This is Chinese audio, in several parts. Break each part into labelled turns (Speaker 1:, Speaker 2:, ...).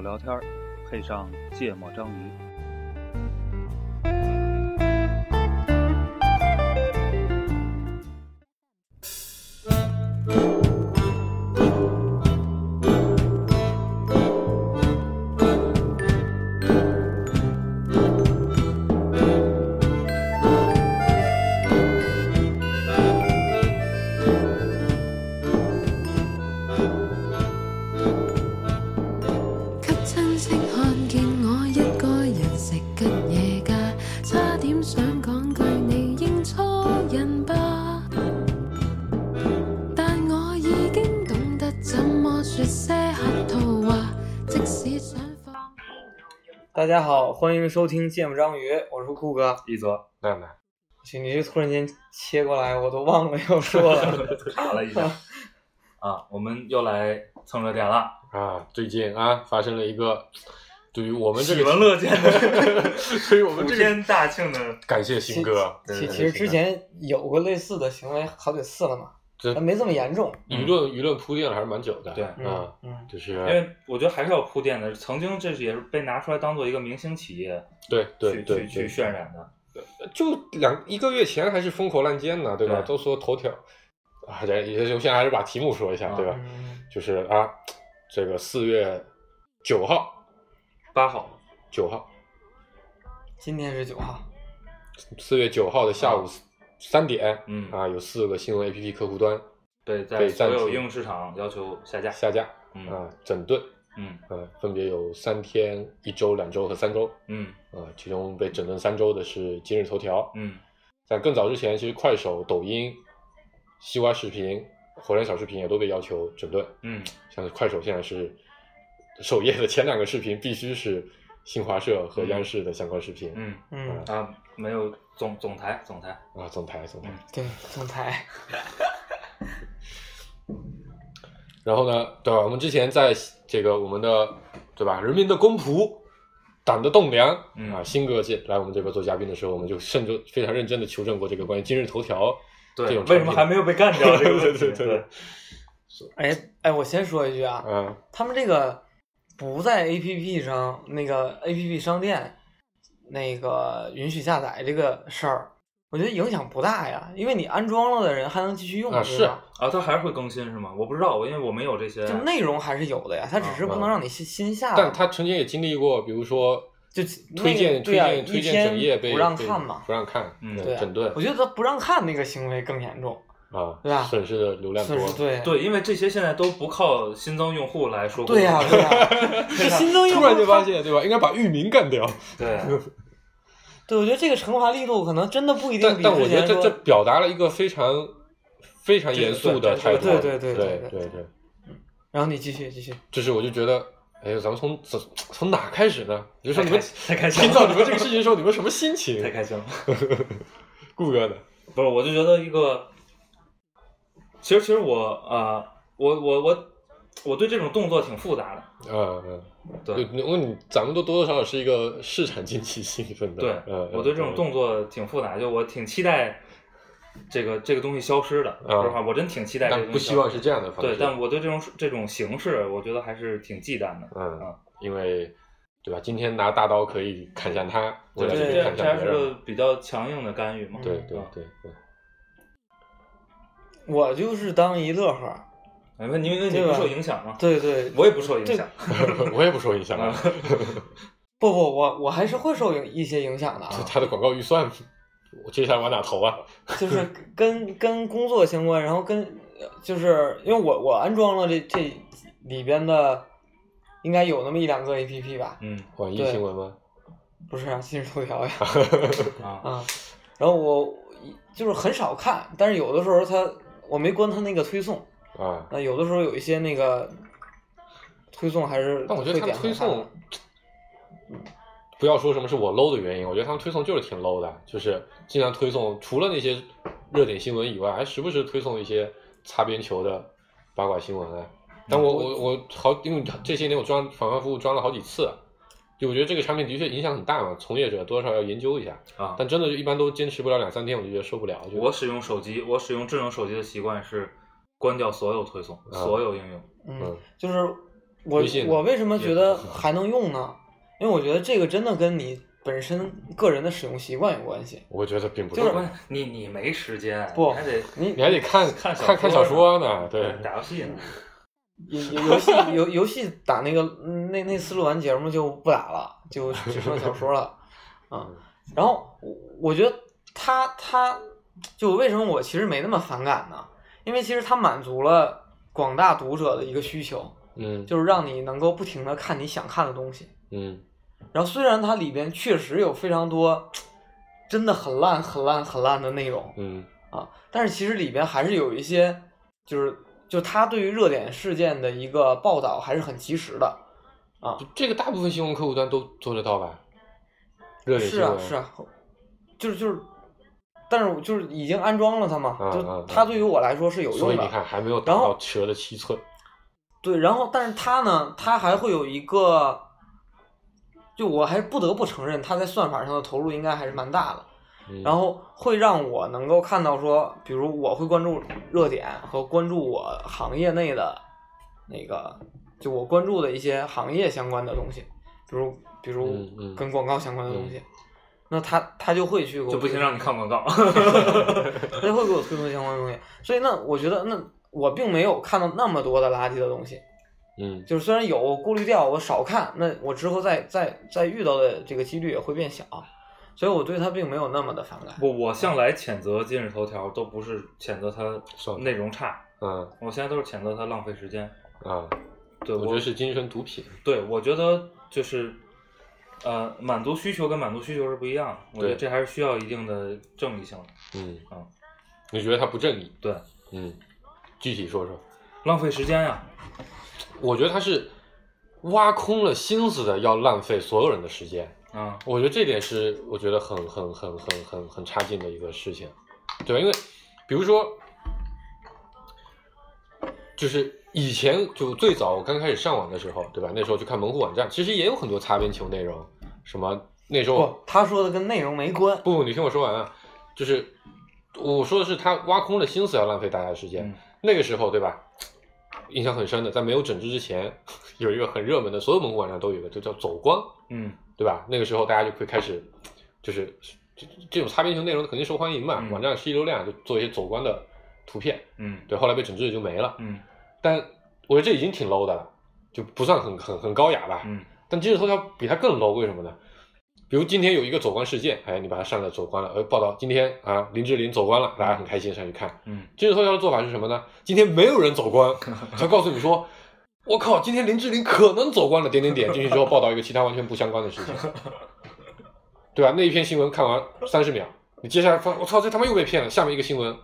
Speaker 1: 聊天，配上芥末章鱼。
Speaker 2: 給親戚看見我一個人食吉野家，差點想講句你認錯人吧。但我已經懂得怎麼説些客套話，即使想放。
Speaker 3: 大家好，欢迎收听《芥末章鱼》，我是酷哥。
Speaker 1: 一泽
Speaker 4: 亮亮，
Speaker 3: 去，你这突然间切过来，我都忘了要说了。
Speaker 1: 卡了一 下啊，我们又来蹭热点了。
Speaker 4: 啊，最近啊发生了一个对于我们这
Speaker 1: 喜
Speaker 4: 个
Speaker 1: 闻乐见的
Speaker 4: 对于我们
Speaker 1: 普
Speaker 4: 这个
Speaker 1: 天大庆的
Speaker 4: 感谢 新哥，
Speaker 1: 对
Speaker 3: 其
Speaker 1: 对
Speaker 3: 其实之前有过类似的行为好几次了嘛，
Speaker 4: 这
Speaker 3: 但没这么严重。
Speaker 4: 舆论舆论铺垫了还是蛮久的，
Speaker 1: 对
Speaker 4: 啊，
Speaker 3: 嗯，
Speaker 4: 就是
Speaker 1: 因为我觉得还是要铺垫的。曾经这是也是被拿出来当做一个明星企业
Speaker 4: 对对
Speaker 1: 去
Speaker 4: 对
Speaker 1: 去去
Speaker 4: 对，
Speaker 1: 渲染的。
Speaker 4: 就两一个月前还是风口浪尖呢，对吧？
Speaker 1: 对
Speaker 4: 都说头条啊，这也就现在还是把题目说一下，
Speaker 1: 啊
Speaker 4: 对吧？
Speaker 3: 嗯
Speaker 4: 就是啊，这个四月九号，
Speaker 1: 八号，
Speaker 4: 九号，
Speaker 3: 今天是九号，
Speaker 4: 四月九号的下午三点
Speaker 1: 嗯，
Speaker 4: 啊，有四个新闻 APP 客户端
Speaker 1: 被在
Speaker 4: 被
Speaker 1: 所
Speaker 4: 暂
Speaker 1: 有
Speaker 4: 停
Speaker 1: 应用市场要求下架。
Speaker 4: 下架
Speaker 1: 嗯
Speaker 4: 啊，整顿。
Speaker 1: 嗯
Speaker 4: 呃，分别有三天、一周、两周和三周。
Speaker 1: 嗯
Speaker 4: 呃，其中被整顿三周的是今日头条。
Speaker 1: 嗯
Speaker 4: 在更早之前，其实快手、抖音、西瓜视频、火山小视频也都被要求整顿。
Speaker 1: 嗯
Speaker 4: 像是快手现在是首页的前两个视频必须是新华社和央视的相关视频。
Speaker 1: 嗯
Speaker 3: 嗯，
Speaker 1: 啊，没有总总台总台。
Speaker 4: 啊，总台总台。
Speaker 1: 嗯
Speaker 3: 对，总裁，
Speaker 4: 然后呢，对吧？我们之前在这个我们的对吧，人民的公仆，党的栋梁、
Speaker 1: 嗯
Speaker 4: 啊，新哥进来我们这边做嘉宾的时候，我们就慎重非常认真的求证过这个关于今日头条这
Speaker 1: 对，
Speaker 4: 种
Speaker 1: 为什么还没有被干掉这个问题？
Speaker 4: 对对对对
Speaker 3: 哎哎，我先说一句啊，
Speaker 4: 啊
Speaker 3: 他们这个不在 APP 上那个 APP 商店那个允许下载这个事儿，我觉得影响不大呀，因为你安装了的人还能继续用，
Speaker 4: 啊
Speaker 3: 对
Speaker 4: 是
Speaker 3: 吧
Speaker 1: 啊，它还是会更新是吗？我不知道，因为我没有这些。
Speaker 3: 就内容还是有的呀，它只是不能让你新新下。
Speaker 4: 啊但他曾经也经历过，比如说
Speaker 3: 就
Speaker 4: 推
Speaker 3: 那
Speaker 4: 荐
Speaker 3: 个
Speaker 4: 推
Speaker 3: 对啊
Speaker 4: 荐推
Speaker 3: 一
Speaker 4: 荐
Speaker 3: 天
Speaker 4: 整页被
Speaker 3: 不让
Speaker 4: 被
Speaker 3: 看嘛
Speaker 4: 不让看，
Speaker 1: 嗯
Speaker 4: 呃
Speaker 3: 对啊
Speaker 4: 整顿
Speaker 3: 我觉得他不让看那个行为更严重，
Speaker 4: 啊，
Speaker 3: 对吧
Speaker 4: 损失的流量多
Speaker 3: 损，失对
Speaker 1: 对，因为这些现在都不靠新增用户来说故事。
Speaker 3: 对呀、对呀、 这新增用
Speaker 4: 突
Speaker 3: 户
Speaker 4: 然就发现对吧？应该把域名干掉，
Speaker 1: 对，啊
Speaker 3: 对我觉得这个惩罚力度可能真的不一定
Speaker 4: 但
Speaker 3: 比
Speaker 4: 但我
Speaker 3: 之
Speaker 4: 觉
Speaker 3: 前
Speaker 4: 得这
Speaker 3: 说
Speaker 4: 这表达了一个非常非常严肃的态度，
Speaker 3: 对对对
Speaker 4: 对
Speaker 3: 对
Speaker 4: 对
Speaker 3: 对
Speaker 4: 对对，
Speaker 3: 然后你继续继续，
Speaker 4: 就是我就觉得，哎呦，咱们从从从哪开始呢？你就说你们
Speaker 1: 太开心
Speaker 4: 听到你
Speaker 1: 了，
Speaker 4: 们这个 事情的时候，你们什么心
Speaker 1: 太
Speaker 4: 情？
Speaker 1: 开心了。
Speaker 4: 顾哥呢？
Speaker 1: 不是，我就觉得一个，其实其实我啊、呃我我我我对这种动作挺复杂的。
Speaker 4: 嗯嗯，
Speaker 1: 对
Speaker 4: 我问你，咱们都多多少少是一个市场经济兴奋的，
Speaker 1: 对，
Speaker 4: 嗯，
Speaker 1: 我对这种动作挺复杂，就我挺期待这个这个东西消失的。
Speaker 4: 嗯
Speaker 1: 说实话，我真挺期待
Speaker 4: 嗯，
Speaker 1: 这个
Speaker 4: 但
Speaker 1: 东
Speaker 4: 不
Speaker 1: 西
Speaker 4: 希
Speaker 1: 消
Speaker 4: 望
Speaker 1: 失
Speaker 4: 是这样的方
Speaker 1: 对
Speaker 4: 式，，
Speaker 1: 但我对这种这种形式，我觉得还是挺忌惮的。
Speaker 4: 嗯
Speaker 1: 嗯，
Speaker 4: 因为对吧？今天拿大刀可以砍向他，未
Speaker 1: 对，
Speaker 4: 来
Speaker 1: 这
Speaker 4: 就可以
Speaker 1: 这
Speaker 4: 砍
Speaker 1: 这
Speaker 4: 向
Speaker 1: 还
Speaker 4: 别
Speaker 1: 是个
Speaker 4: 人，
Speaker 1: 比较强硬的干预嘛。
Speaker 4: 对对
Speaker 1: 嗯
Speaker 4: 对对，
Speaker 3: 我就是当一乐呵儿，
Speaker 1: 哎不，因为你
Speaker 3: 对
Speaker 1: 不
Speaker 3: 吧
Speaker 1: 受影响嘛，
Speaker 3: 对对，
Speaker 1: 我也不受影响。
Speaker 4: 我也不受影响
Speaker 1: 啊
Speaker 4: 了，
Speaker 3: 不不，我我还是会受影一些影响的 啊，
Speaker 4: 他的广告预算，我接下来往哪投啊？
Speaker 3: 就是跟跟工作相关，然后跟就是因为我我安装了这这里边的，应该有那么一两个 A P P 吧，
Speaker 1: 嗯
Speaker 4: 网易
Speaker 3: 对
Speaker 4: 新闻吗？
Speaker 3: 不是啊今日头条呀，
Speaker 1: 啊，
Speaker 3: 啊，然后我就是很少看，但是有的时候它我没关它那个推送，
Speaker 4: 啊，
Speaker 3: 那有的时候有一些那个推送还是
Speaker 4: 但我觉得
Speaker 3: 会
Speaker 4: 他
Speaker 3: 点
Speaker 4: 们
Speaker 3: 开
Speaker 4: 推
Speaker 3: 看
Speaker 4: 送嗯
Speaker 3: 的，
Speaker 4: 不要说什么是我 low 的原因，我觉得他们推送就是挺 low 的，就是经常推送除了那些热点新闻以外，还时不时推送一些擦边球的八卦新闻啊。
Speaker 3: 嗯
Speaker 4: 但我我我好，因为这些年我装反反复复装了好几次，就我觉得这个产品的确影响很大嘛，从业者多少要研究一下。
Speaker 1: 啊，
Speaker 4: 但真的就一般都坚持不了两三天，我就觉得受不了。就
Speaker 1: 我使用手机，我使用智能手机的习惯是关掉所有推送，
Speaker 4: 啊
Speaker 1: 所有应用。
Speaker 3: 嗯
Speaker 4: 嗯，
Speaker 3: 就是我
Speaker 4: 微信呢
Speaker 3: 我为什么
Speaker 4: 也
Speaker 3: 觉得
Speaker 4: 是
Speaker 3: 还能用呢？因为我觉得这个真的跟你本身个人的使用习惯有关系。
Speaker 4: 我觉得并不
Speaker 1: 就是
Speaker 4: 重要
Speaker 1: 你你没时间，
Speaker 3: 不
Speaker 1: 你还得
Speaker 3: 你
Speaker 4: 你还得看
Speaker 1: 看
Speaker 4: 看看小说呢，对，
Speaker 1: 打游戏 呢。
Speaker 3: 游游游戏游游戏打那个嗯那那次录完节目就不打了，就只剩小说了，啊、然后我我觉得他他就为什么我其实没那么反感呢？因为其实他满足了广大读者的一个需求，
Speaker 4: 嗯
Speaker 3: 就是让你能够不停的看你想看的东西。
Speaker 4: 嗯
Speaker 3: 然后虽然它里边确实有非常多真的很烂、很烂、很烂的内容，
Speaker 4: 嗯
Speaker 3: 啊，但是其实里边还是有一些，就是就他对于热点事件的一个报道还是很及时的。
Speaker 4: 就这个大部分新闻客户端都做得到吧？热点
Speaker 3: 是
Speaker 4: 新
Speaker 3: 啊
Speaker 4: 闻
Speaker 3: 是啊，就是就是，但是我就是已经安装了它嘛，
Speaker 4: 嗯
Speaker 3: 就
Speaker 4: 嗯
Speaker 3: 它
Speaker 4: 嗯
Speaker 3: 对于我来说是有用
Speaker 4: 所以你
Speaker 3: 的。
Speaker 4: 看还没有达
Speaker 3: 然后
Speaker 4: 到蛇的七寸，
Speaker 3: 对，然后但是它呢，它还会有一个，就我还不得不承认，它在算法上的投入应该还是蛮大的。
Speaker 4: 嗯
Speaker 3: 然后会让我能够看到说，比如我会关注热点和关注我行业内的那个，就我关注的一些行业相关的东西，比如比如
Speaker 4: 嗯嗯
Speaker 3: 跟广告相关的东西，那他他就会去给我
Speaker 1: 就不行，
Speaker 3: 推
Speaker 1: 让你看广 告。
Speaker 3: 他就会给我推送相关的东西，所以那我觉得那我并没有看到那么多的垃圾的东西，
Speaker 4: 嗯
Speaker 3: 就是虽然有我过滤掉，我少看，那我之后再再再遇到的这个几率也会变小，所以我对他并没有那么的反感。
Speaker 1: 我我向来谴责今日头条，都不是谴责它
Speaker 4: 算了
Speaker 1: 内容差，
Speaker 4: 嗯
Speaker 1: 我现在都是谴责它浪费时间。
Speaker 4: 啊，
Speaker 1: 对，
Speaker 4: 我
Speaker 1: 我
Speaker 4: 觉得是精神毒品，
Speaker 1: 对，我觉得就是，呃，满足需求跟满足需求是不一样的。我觉得
Speaker 4: 对
Speaker 1: 这还是需要一定的正义性的。
Speaker 4: 嗯
Speaker 3: 啊
Speaker 1: 嗯
Speaker 4: 你觉得它不正义？
Speaker 1: 对，
Speaker 4: 嗯，具体说说。
Speaker 1: 浪费时间呀、
Speaker 4: 我觉得他是挖空了心思的要浪费所有人的时间，
Speaker 1: 啊，
Speaker 4: 我觉得这点是我觉得很很很很很很差劲的一个事情，对吧？因为比如说，就是以前就最早我刚开始上网的时候，对吧？那时候去看门户网站，其实也有很多擦边球内容，什么那时候
Speaker 3: 不，他说的跟内容没关。
Speaker 4: 不，你听我说完啊，就是我说的是他挖空了心思要浪费大家的时间，
Speaker 1: 嗯
Speaker 4: 那个时候对吧？印象很深的，在没有整治之前， 有一个很热门的，所有门户网站都有一个，就叫走光，
Speaker 1: 嗯
Speaker 4: 对吧？那个时候大家就会开始，就是这这种擦边球内容肯定受欢迎嘛，
Speaker 1: 嗯
Speaker 4: 网站吸流量就做一些走光的图片，
Speaker 1: 嗯
Speaker 4: 对，后来被整治就没了。
Speaker 1: 嗯
Speaker 4: 但我觉得这已经挺 low 的了，就不算很很很高雅吧。
Speaker 1: 嗯
Speaker 4: 但今日头条比它更 low，为什么呢？比如今天有一个走关事件，哎，你把它上了走关了，呃，报道今天啊林志玲走关了，大家很开心上去看。
Speaker 1: 嗯，
Speaker 4: 今日头条的做法是什么呢？今天没有人走关，他告诉你说，我靠，今天林志玲可能走关了，点点点，进去之后报道一个其他完全不相关的事情，对吧？那一篇新闻看完三十秒，你接下来发，我操，这他妈又被骗了，下面一个新闻，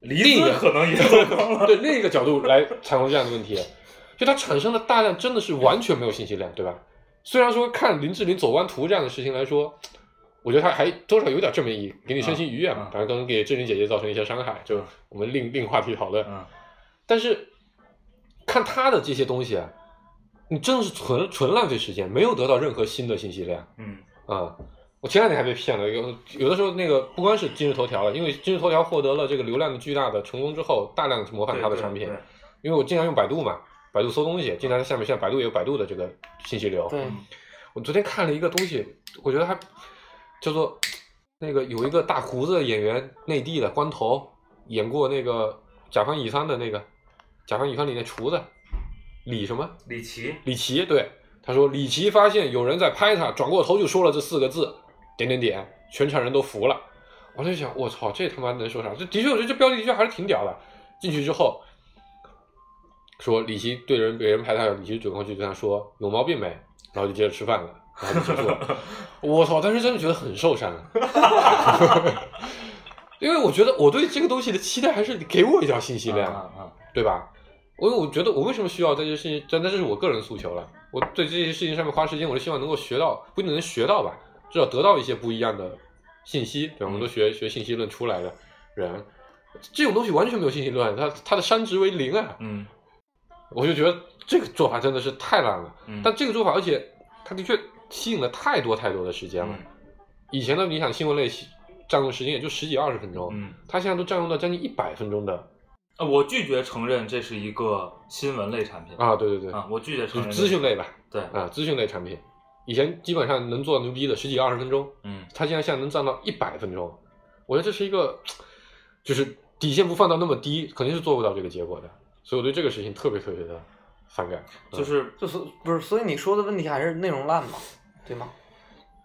Speaker 1: 离
Speaker 4: 啊
Speaker 1: 子可能也做光了。
Speaker 4: 对另一个角度来阐述这样的问题，就它产生了大量真的是完全没有信息量，对吧？虽然说看林志玲走弯图这样的事情来说，我觉得它还多少有点正面意义，给你身心愉悦嘛
Speaker 1: 啊，
Speaker 4: 当然可能给志玲姐姐造成一些伤害，就我们另另话题讨论。
Speaker 1: 嗯
Speaker 4: 但是看他的这些东西啊，你真的是纯纯浪费时间，没有得到任何新的信息量。
Speaker 1: 嗯
Speaker 4: 啊、我前两天还被骗了，有有的时候那个不光是今日头条了，因为今日头条获得了这个流量的巨大的成功之后，大量地模仿
Speaker 1: 对
Speaker 4: 它的
Speaker 1: 对
Speaker 4: 产品
Speaker 1: 对，
Speaker 4: 因为我经常用百度嘛，百度搜东西，经常在下面现在百度也有百度的这个信息流。
Speaker 3: 对，
Speaker 1: 嗯
Speaker 4: 我昨天看了一个东西，我觉得还叫做那个有一个大胡子的演员，内地的光头，演过那个《甲方乙方》的那个《甲方乙方》里那厨子李什么
Speaker 1: 李琦，
Speaker 4: 李琦，对，他说李琦发现有人在拍他，转过头就说了这四个字，点点点，全场人都服了。我就想，我操，这他妈能说啥？这的确，我觉得这标题的确还是挺屌的。进去之后，说李琦对人别人拍他，李琦转过去对他说有毛病没？然后就接着吃饭了，然后就结束了。我操，当时真的觉得很受伤，啊 因为我觉得我对这个东西的期待还是给我一点信息量。
Speaker 1: 啊啊啊！
Speaker 4: 对吧？我我觉得我为什么需要在这些事情，但但这是我个人诉求了。我对这些事情上面花时间，我是希望能够学到，不一定能学到吧，至少得到一些不一样的信息。对吧，我们都学
Speaker 1: 嗯
Speaker 4: 学信息论出来的人，这种东西完全没有信息论，它它的山值为零啊！
Speaker 1: 嗯
Speaker 4: 我就觉得这个做法真的是太烂了。
Speaker 1: 嗯，
Speaker 4: 但这个做法，而且它的确吸引了太多太多的时间了。
Speaker 1: 嗯
Speaker 4: 以前的你想新闻类占用时间也就十几二十分钟，
Speaker 1: 嗯
Speaker 4: 它现在都占用到将近一百分钟的
Speaker 1: 呃我拒绝承认这是一个新闻类产品
Speaker 4: 啊，对对对，
Speaker 1: 啊我拒绝
Speaker 4: 就
Speaker 1: 承
Speaker 4: 是
Speaker 1: 认
Speaker 4: 资讯类吧，
Speaker 1: 对，
Speaker 4: 啊，资讯类产品，以前基本上能做牛逼的十几二十分钟，
Speaker 1: 嗯
Speaker 4: 它竟然现在能占到一百分钟，我觉得这是一个，就是底线不放到那么低，肯定是做不到这个结果的。所以我对这个事情特别特别的反感。
Speaker 1: 就是
Speaker 3: 就是不是？所以你说的问题还是内容烂嘛，对吗？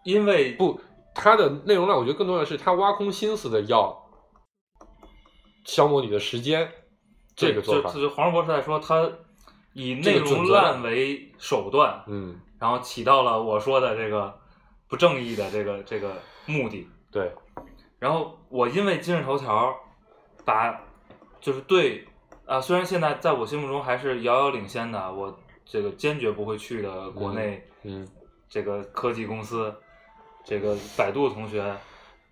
Speaker 1: 因为
Speaker 4: 不，它的内容量我觉得更重要的是它挖空心思的要消磨你的时间，这个做
Speaker 1: 就
Speaker 4: 法，
Speaker 1: 就是黄世博士在说他以内
Speaker 4: 这个准
Speaker 1: 容
Speaker 4: 则
Speaker 1: 烂为手段，
Speaker 4: 嗯，
Speaker 1: 然后起到了我说的这个不正义的这个这个目的。
Speaker 4: 对，
Speaker 1: 然后我因为今日头条，把就是对啊、虽然现在在我心目中还是遥遥领先的，我这个坚决不会去的国内
Speaker 4: 嗯，
Speaker 1: 这个科技公司，这个百度同学，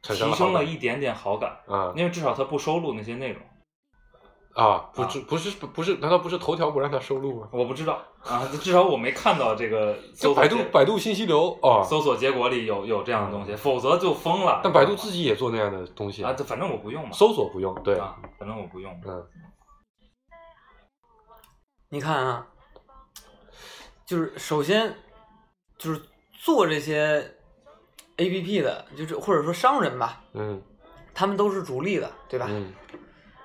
Speaker 1: 提
Speaker 4: 产生了好
Speaker 1: 升了
Speaker 4: 感
Speaker 1: 一点点好感，
Speaker 4: 啊
Speaker 1: 因为至少他不收录那些内容。
Speaker 4: 啊，不是不是不是，难道不是头条不让它收录吗？
Speaker 1: 我不知道啊，至少我没看到这个搜索
Speaker 4: 就百度
Speaker 1: 结
Speaker 4: 百度信息流啊，
Speaker 1: 搜索结果里有有这样的东西，否则就疯了。
Speaker 4: 但百度自己也做那样的东西
Speaker 1: 啊，这反正我不用嘛，
Speaker 4: 搜索不用，对，
Speaker 1: 啊，反正我不用。
Speaker 4: 嗯，
Speaker 3: 你看啊，就是首先就是做这些 A P P 的，就是或者说商人吧，
Speaker 4: 嗯
Speaker 3: 他们都是逐利的，对吧？
Speaker 4: 嗯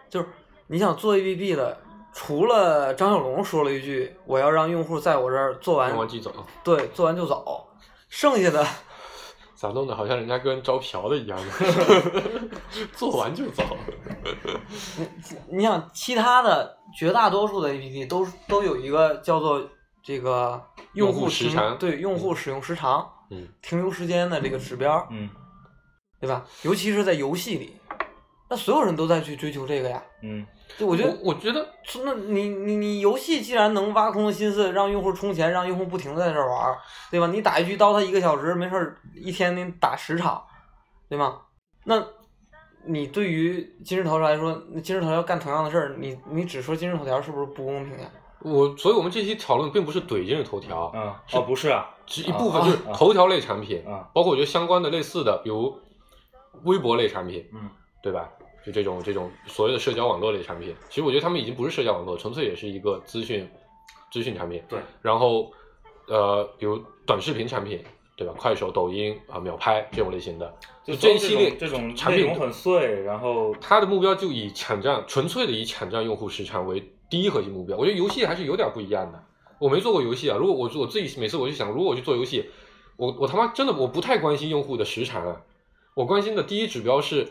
Speaker 3: 就是你想做 A P P 的，除了张小龙说了一句“我要让用户在我这儿做完
Speaker 4: 用，完即走，
Speaker 3: 对，做完就走”，剩下的
Speaker 4: 咋弄的？好像人家跟招嫖的一 样的，做完就走。
Speaker 3: 你想其他的绝大多数的 A P P 都是都有一个叫做这个用
Speaker 4: 用户时
Speaker 3: 使
Speaker 4: 长
Speaker 3: 对用户使用时长、
Speaker 4: 嗯
Speaker 3: 停留时间的这个指标，
Speaker 1: 嗯
Speaker 3: 对吧？尤其是在游戏里，那所有人都在去追求这个呀。
Speaker 1: 嗯，
Speaker 3: 就我觉得，
Speaker 4: 我我觉得
Speaker 3: 那你你你游戏既然能挖空心思让用户充钱，让用户不停的在这玩儿，对吧？你打一局刀他一个小时，没事儿一天你打十场，对吗？那你对于今日头条来说，那今日头条干同样的事儿，你你只说今日头条是不是不公平呀？
Speaker 4: 我，所以我们这期讨论并不是怼今日头条，
Speaker 1: 嗯，哦，不是啊，
Speaker 4: 只一部分就是头条类产品，
Speaker 1: 啊
Speaker 4: 包括我觉得相关的类似的，比如微博类产品，
Speaker 1: 嗯，
Speaker 4: 对吧？就这种这种所谓的社交网络类产品，其实我觉得他们已经不是社交网络，纯粹也是一个资讯资讯产品。
Speaker 1: 对，
Speaker 4: 然后呃，比如短视频产品，对吧？快手、抖音啊、秒拍这种类型的，
Speaker 1: 就
Speaker 4: 这一
Speaker 1: 搜
Speaker 4: 系列
Speaker 1: 这种这种
Speaker 4: 产
Speaker 1: 内
Speaker 4: 品
Speaker 1: 容很碎，然后
Speaker 4: 它的目标就以抢占，纯粹的以抢占用户时长为第一核心目标。我觉得游戏还是有点不一样的。我没做过游戏啊，如果我我自己每次我就想，如果我去做游戏，我我他妈真的我不太关心用户的时长啊，我关心的第一指标是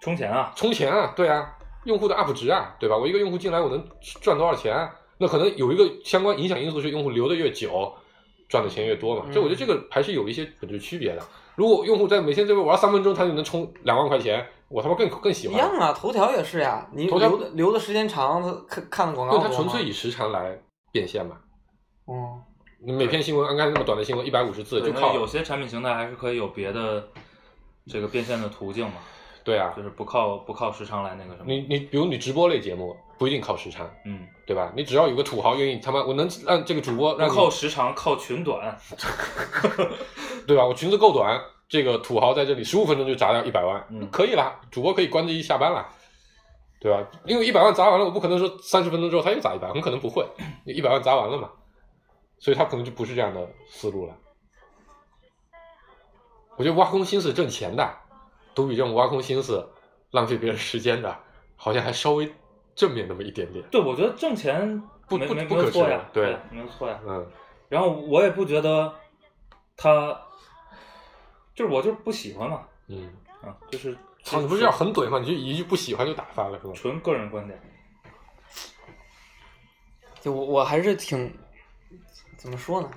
Speaker 1: 充钱啊，
Speaker 4: 充钱啊，对啊，用户的 UP 值啊，对吧？我一个用户进来我能赚多少钱啊？那可能有一个相关影响因素是用户留的越久，赚的钱越多嘛。
Speaker 3: 嗯
Speaker 4: 这我觉得这个还是有一些本质区别的。如果用户在每天这边玩三分钟，他就能充两万块钱，我他妈更更喜
Speaker 3: 一
Speaker 4: 欢。
Speaker 3: 样啊，头条也是呀，你
Speaker 4: 头条
Speaker 3: 留的留的时间长，他看看的广告
Speaker 4: 对，
Speaker 3: 多
Speaker 4: 它
Speaker 3: 吗
Speaker 4: 纯粹以时长来变现嘛。
Speaker 3: 嗯，
Speaker 4: 你每篇新闻，按看那么短的新闻，一百五十字
Speaker 1: 对
Speaker 4: 就
Speaker 1: 那
Speaker 4: 靠
Speaker 1: 有些产品形态还是可以有别的这个变现的途径嘛，
Speaker 4: 对啊
Speaker 1: 就，是不靠不靠时长来那个什
Speaker 4: 你
Speaker 1: 么，
Speaker 4: 你比如你直播类节目不一定靠时长，
Speaker 1: 嗯，
Speaker 4: 对吧？你只要有个土豪愿意他妈我能让这个主播
Speaker 1: 不
Speaker 4: 让你
Speaker 1: 靠时长，靠群短，
Speaker 4: 对吧？我裙子够短，这个土豪在这里十五分钟就砸掉一百万，
Speaker 1: 嗯
Speaker 4: 可以啦，主播可以关机下班啦，对吧？因为一百万砸完了，我不可能说三十分钟之后他又砸一百，很可能不会，一百万砸完了嘛，所以他可能就不是这样的思路了。我觉得挖空心思挣钱的，都比这种挖空心思浪费别人时间的，好像还稍微正面那么一点点。
Speaker 1: 对，我觉得挣钱
Speaker 4: 不
Speaker 1: 没
Speaker 4: 不
Speaker 1: 没
Speaker 4: 不
Speaker 1: 没有
Speaker 4: 可
Speaker 1: 错
Speaker 4: 耻
Speaker 1: 呀，
Speaker 4: 对
Speaker 1: 没有错呀，
Speaker 4: 嗯
Speaker 1: 然后我也不觉得他，就是我就是不喜欢嘛，
Speaker 4: 嗯，
Speaker 1: 啊，就是
Speaker 4: 操，你不是要很怼吗？你就一句不喜欢就打发了是吧？
Speaker 1: 纯个人观点，
Speaker 3: 就我我还是挺怎么说呢？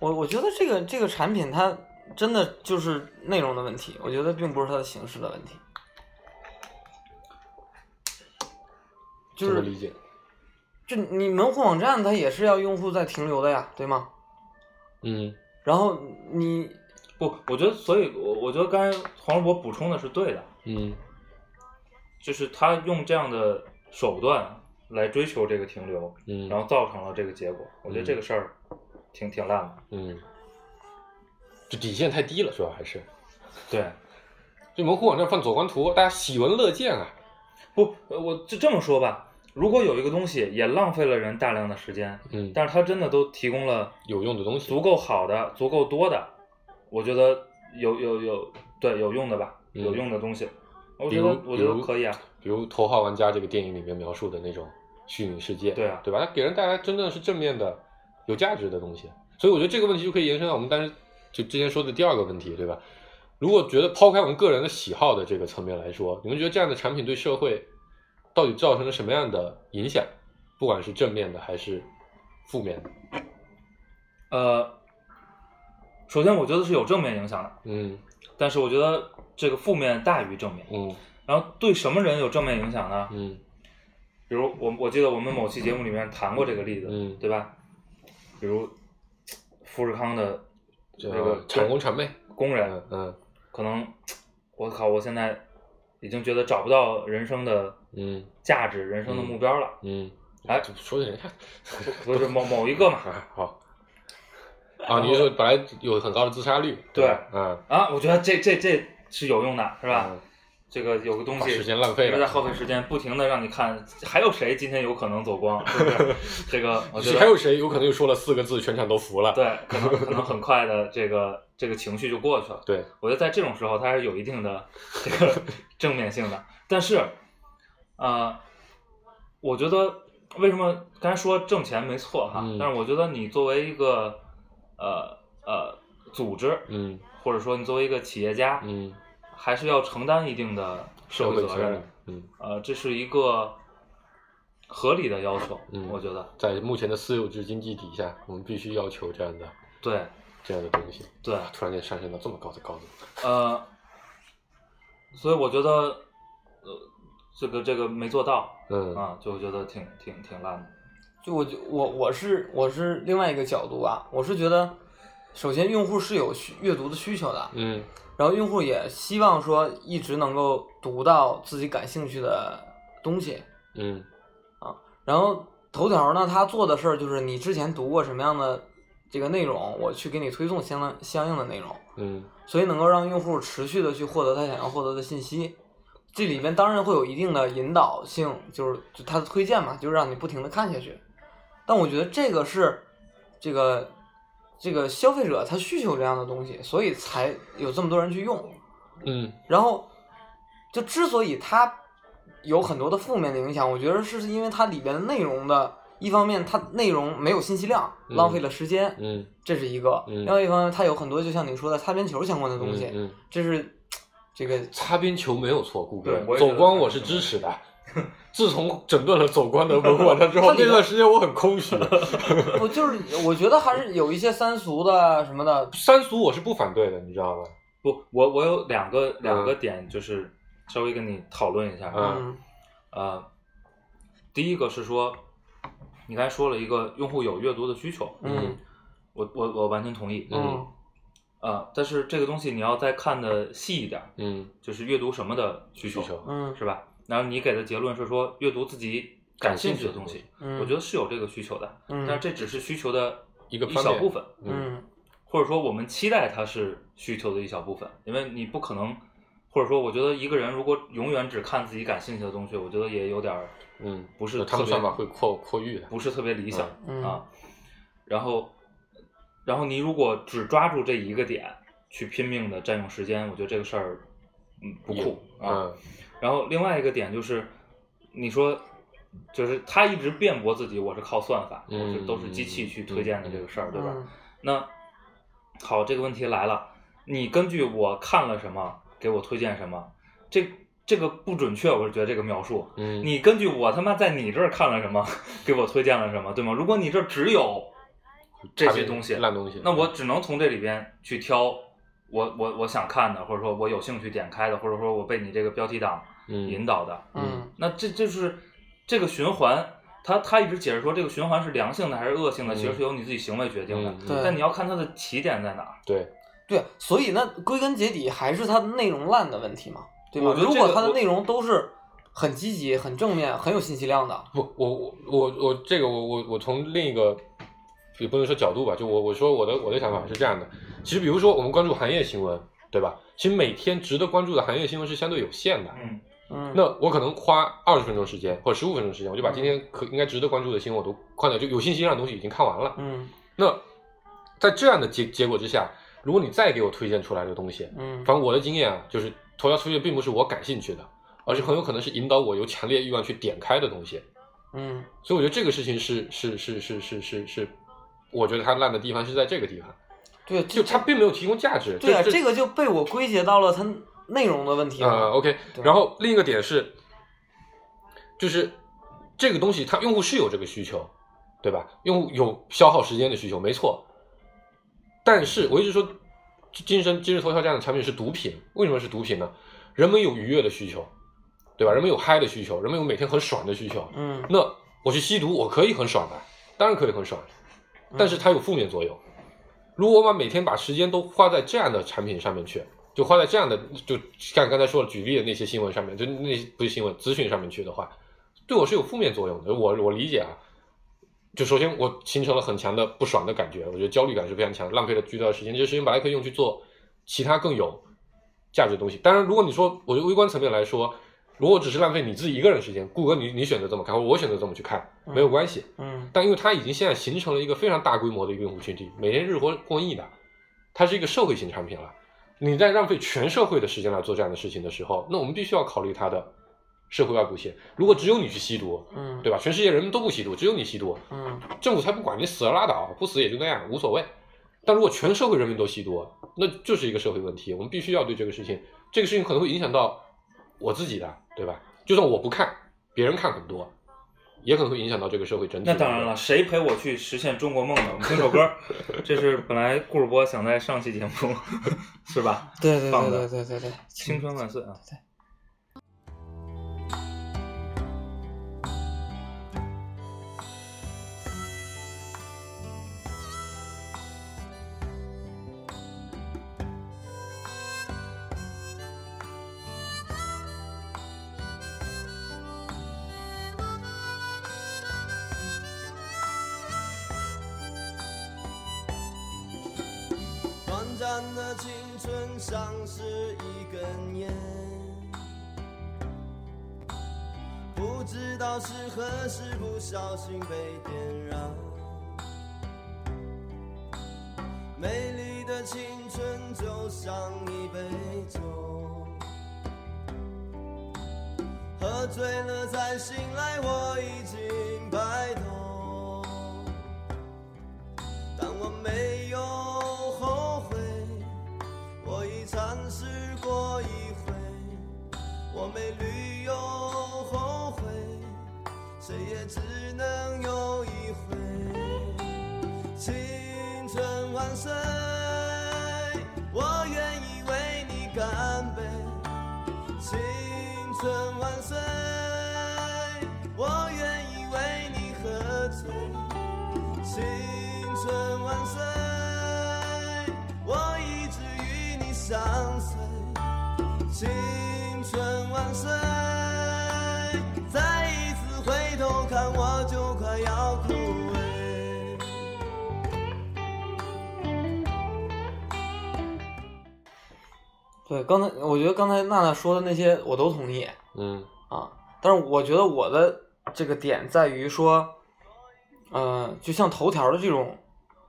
Speaker 3: 我我觉得这个这个产品它真的就是内容的问题，我觉得并不是它的形式的问题。就
Speaker 4: 怎么
Speaker 3: 是
Speaker 4: 理解？
Speaker 3: 就你门户网站它也是要用户在停留的呀，对吗？
Speaker 4: 嗯
Speaker 3: 然后你
Speaker 1: 不，我觉得，所以我我觉得刚才黄世博补充的是对的，
Speaker 4: 嗯
Speaker 1: 就是他用这样的手段来追求这个停留，
Speaker 4: 嗯，
Speaker 1: 然后造成了这个结果，我觉得这个事儿挺挺烂的，
Speaker 4: 嗯，就底线太低了，主要还是
Speaker 1: 对，
Speaker 4: 这门户网站放左官图，大家喜闻乐见啊。
Speaker 1: 不，呃我就这么说吧。如果有一个东西也浪费了人大量的时间，
Speaker 4: 嗯，
Speaker 1: 但是它真的都提供了
Speaker 4: 有用的东西
Speaker 1: 足够好的、足够多的，我觉得有有有对有用的吧，
Speaker 4: 嗯
Speaker 1: 有用的东西，我
Speaker 4: 比
Speaker 1: 觉
Speaker 4: 如
Speaker 1: 得我觉得
Speaker 4: 比如
Speaker 1: 可以啊。
Speaker 4: 比如《头号玩家》这个电影里面描述的那种虚拟世界，
Speaker 1: 对啊
Speaker 4: 对吧？它给人带来真正是正面的、有价值的东西。所以我觉得这个问题就可以延伸到我们当时就之前说的第二个问题，对吧？如果觉得抛开我们个人的喜好的这个层面来说，你们觉得这样的产品对社会到底造成了什么样的影响？不管是正面的还是负面的，
Speaker 1: 呃，首先我觉得是有正面影响的，
Speaker 4: 嗯
Speaker 1: 但是我觉得这个负面大于正面。
Speaker 4: 嗯
Speaker 1: 然后对什么人有正面影响呢？
Speaker 4: 嗯
Speaker 1: 比如我我记得我们某期节目里面谈过这个例子，
Speaker 4: 嗯，
Speaker 1: 对吧？比如富士康的
Speaker 4: 这
Speaker 1: 这个
Speaker 4: 厂工谄媚，
Speaker 1: 工人，
Speaker 4: 嗯嗯
Speaker 1: 可能我靠，我现在已经觉得找不到人生的
Speaker 4: 嗯
Speaker 1: 价值、人生的目标了。
Speaker 4: 嗯，
Speaker 1: 哎
Speaker 4: 就说的人看。
Speaker 1: 不是某某一个嘛？
Speaker 4: 啊，好。啊，你是说本来有很高的自杀率？
Speaker 1: 对
Speaker 4: 吧嗯，
Speaker 1: 啊，我觉得这这这是有用的，是吧？
Speaker 4: 嗯
Speaker 1: 这个有个东
Speaker 4: 把
Speaker 1: 西
Speaker 4: 时间浪费
Speaker 1: 一直在
Speaker 4: 了。
Speaker 1: 耗费时间，不停的让你看还有谁今天有可能走光， 是不是？这个我觉
Speaker 4: 是还
Speaker 1: 得
Speaker 4: 有谁有可能又说了四个字，全场都服了？
Speaker 1: 对，可能可能很快的这个这个情绪就过去了。
Speaker 4: 对，
Speaker 1: 我觉得在这种时候，它还是有一定 的这个正面性的。但是，呃，我觉得为什么刚才说挣钱没错哈，
Speaker 4: 嗯
Speaker 1: 但是我觉得你作为一个呃呃组织，
Speaker 4: 嗯
Speaker 1: 或者说你作为一个企业家，
Speaker 4: 嗯，
Speaker 1: 还是要承担一定的社
Speaker 4: 社
Speaker 1: 会
Speaker 4: 会
Speaker 1: 责
Speaker 4: 责
Speaker 1: 任
Speaker 4: 任。，嗯，
Speaker 1: 呃，这是一个合理的要求，
Speaker 4: 嗯
Speaker 1: 我觉得
Speaker 4: 在目前的私有制经济底下，我们必须要求这样的
Speaker 1: 对
Speaker 4: 这样的东西。
Speaker 1: 对，
Speaker 4: 啊突然间上升到这么高的高度，
Speaker 1: 呃，所以我觉得呃这个这个没做到。
Speaker 4: 嗯
Speaker 1: 啊，就觉得挺挺挺烂的。
Speaker 3: 就我就我我是我是另外一个角度啊，我是觉得，首先用户是有需阅读的需求的，
Speaker 4: 嗯
Speaker 3: 然后用户也希望说一直能够读到自己感兴趣的东西。
Speaker 4: 嗯
Speaker 3: 然后头条呢，它做的事儿就是你之前读过什么样的这个内容，我去给你推送相当相应的内容，
Speaker 4: 嗯
Speaker 3: 所以能够让用户持续的去获得他想要获得的信息。这里面当然会有一定的引导性，就是就它的推荐嘛，就是让你不停的看下去。但我觉得这个是这个这个消费者他需求这样的东西，所以才有这么多人去用。
Speaker 4: 嗯
Speaker 3: 然后，就之所以它有很多的负面的影响，我觉得是因为它里边的内容的，一方面它内容没有信息量，
Speaker 4: 嗯
Speaker 3: 浪费了时间，
Speaker 4: 嗯
Speaker 3: 这是一个；另
Speaker 4: 嗯
Speaker 3: 外一方面，它有很多就像你说的擦边球相关的东西，
Speaker 4: 嗯，嗯
Speaker 3: 这是这个
Speaker 4: 擦边球没有错，顾哥
Speaker 1: 对我，也觉得
Speaker 4: 走光我是支持的。 自从整顿了走光的文化之后，
Speaker 3: 它里面
Speaker 4: 那段时间我很 空虚。
Speaker 3: 我就是我觉得还是有一些三俗的什么的，
Speaker 4: 三俗我是不反对的，你知道吗？
Speaker 1: 不，我我有两个两个
Speaker 4: 嗯
Speaker 1: 点，就是稍微跟你讨论一下。啊
Speaker 4: 嗯
Speaker 3: 嗯
Speaker 1: 呃，第一个是说，你刚才说了一个用户有阅读的需求，
Speaker 3: 嗯
Speaker 1: 我我我完全同意。
Speaker 3: 嗯
Speaker 1: 呃，但是这个东西你要再看的细一点，
Speaker 4: 嗯
Speaker 1: 就是阅读什么的需求，
Speaker 4: 需求
Speaker 3: 嗯
Speaker 1: 是吧？然后你给的结论是说阅读自己感兴趣的东西，
Speaker 3: 嗯，
Speaker 1: 我觉得是有这个需求的，
Speaker 3: 嗯，
Speaker 1: 但是这只是需求的
Speaker 4: 一个
Speaker 1: 一
Speaker 4: 方
Speaker 1: 小
Speaker 4: 面
Speaker 1: 部分。
Speaker 3: 嗯
Speaker 1: 或者说我们期待它是需求的一小部分，因为你不可能，或者说我觉得一个人如果永远只看自己感兴趣的东西，我觉得也有点儿
Speaker 4: 嗯，
Speaker 1: 不是特
Speaker 4: 他们
Speaker 1: 别
Speaker 4: 算法会扩扩域的，
Speaker 1: 不是特别理想、
Speaker 3: 嗯
Speaker 1: 啊。然后，然后你如果只抓住这一个点去拼命的占用时间，我觉得这个事儿嗯不酷啊。
Speaker 4: 嗯
Speaker 1: 然后另外一个点就是，你说就是他一直辩驳自己我是靠算法，
Speaker 4: 嗯
Speaker 1: 我是都是机器去推荐的这个事儿，对吧？
Speaker 3: 嗯
Speaker 1: 那好，这个问题来了，你根据我看了什么给我推荐什么，这这个不准确，我是觉得这个描述。
Speaker 4: 嗯，
Speaker 1: 你根据我他妈在你这儿看了什么，给我推荐了什么，对吗？如果你这儿只有这
Speaker 4: 差
Speaker 1: 些
Speaker 4: 别
Speaker 1: 东西，啊
Speaker 4: 烂东西，
Speaker 1: 那我只能从这里边去挑我我我想看的，或者说我有兴趣点开的，或者说我被你这个标题党
Speaker 4: 嗯
Speaker 1: 引导的，
Speaker 3: 嗯
Speaker 1: 那这就是这个循环。他他一直解释说这个循环是良性的还是恶性的，其实
Speaker 4: 嗯
Speaker 1: 是由你自己行为决定的。
Speaker 4: 嗯嗯
Speaker 3: 对
Speaker 1: 但你要看它的起点在哪儿。
Speaker 4: 对，
Speaker 3: 对，所以那归根结底还是它的内容烂的问题嘛，对吧？
Speaker 1: 我觉得
Speaker 3: 如
Speaker 1: 这
Speaker 3: 果
Speaker 1: 个
Speaker 3: 它的
Speaker 1: 我
Speaker 3: 内容都是很积极、很正面、很有信息量的，
Speaker 4: 不，我我我我这个我我我从另一个也不能说角度吧，就我我说我的我的想法是这样的，其实比如说我们关注行业新闻，对吧？其实每天值得关注的行业新闻是相对有限的，
Speaker 1: 嗯，
Speaker 3: 嗯，
Speaker 4: 那我可能花二十分钟时间或者十五分钟时间，我就把今天可应该值得关注的新闻我都看了，就有信息量的东西已经看完了。
Speaker 3: 嗯
Speaker 4: 那在这样的结结果之下，如果你再给我推荐出来的东西，
Speaker 3: 嗯，
Speaker 4: 反正我的经验啊，就是头条推荐并不是我感兴趣的，而是很有可能是引导我有强烈欲望去点开的东西。
Speaker 3: 嗯
Speaker 4: 所以我觉得这个事情是是是是是是是，我觉得它烂的地方是在这个地方，
Speaker 3: 对，
Speaker 4: 就它并没有提供价值。
Speaker 3: 对啊，
Speaker 4: 这
Speaker 3: 这个就被我归结到了它内容的问题
Speaker 4: 啊、
Speaker 3: 了。
Speaker 4: o k
Speaker 3: 对
Speaker 4: 然后另一个点是，就是这个东西，它用户是有这个需求，对吧？用户有消耗时间的需求，没错。但是我一直说，今生今日头条这样的产品是毒品，为什么是毒品呢？人们有愉悦的需求，对吧？人们有嗨的需求，人们有每天很爽的需求。
Speaker 3: 嗯，
Speaker 4: 那我去吸毒，我可以很爽的，当然可以很爽，
Speaker 3: 嗯
Speaker 4: 但是它有负面作用。如果我把每天把时间都花在这样的产品上面去，就花在这样的，就像刚才说了举例的那些新闻上面，就那些不是新闻资讯上面去的话，对我是有负面作用的。我我理解啊，就首先我形成了很强的不爽的感觉，我觉得焦虑感是非常强，浪费了巨大的时间，这些时间本来可以用去做其他更有价值的东西。当然，如果你说我就微观层面来说，如果只是浪费你自己一个人时间，顾哥你你选择这么看，或者我选择这么去看，没有关系。
Speaker 3: 嗯
Speaker 4: 但因为它已经现在形成了一个非常大规模的一个用户群体，每天日活过亿的，它是一个社会型产品了。你在浪费全社会的时间来做这样的事情的时候，那我们必须要考虑它的社会外部性。如果只有你去吸毒，
Speaker 3: 嗯，
Speaker 4: 对吧？全世界人们都不吸毒，只有你吸毒，
Speaker 3: 嗯
Speaker 4: 政府才不管你死了拉倒，不死也就那样，无所谓。但如果全社会人民都吸毒，那就是一个社会问题。我们必须要对这个事情，这个事情可能会影响到我自己的，对吧？就算我不看，别人看很多，也可能会影响到这个社会整体。
Speaker 1: 那当然了，，谁陪我去实现中国梦呢？我们听首歌，这是本来顾主播想在上期节目 是吧？
Speaker 3: 对对
Speaker 1: 放
Speaker 3: 对
Speaker 1: 的
Speaker 3: 对对对对，
Speaker 1: 青春万岁啊！
Speaker 5: 短暂的青春像是一根烟，不知道是何时不小心被点燃。美丽的青春就像一杯酒，喝醉了再醒来，我已经白头。但我没有后悔，我已尝试过一回，我没理由后悔，谁也只能有一回。青春万岁，我愿意为你干杯。青春万岁，我愿意为你喝醉。青春万岁，我一直与你相随。青春万岁，再一次回头看，我就快要枯萎。
Speaker 3: 对，刚才我觉得刚才娜娜说的那些我都同意
Speaker 4: 嗯
Speaker 3: 啊，但是我觉得我的这个点在于说，呃，就像头条的这种，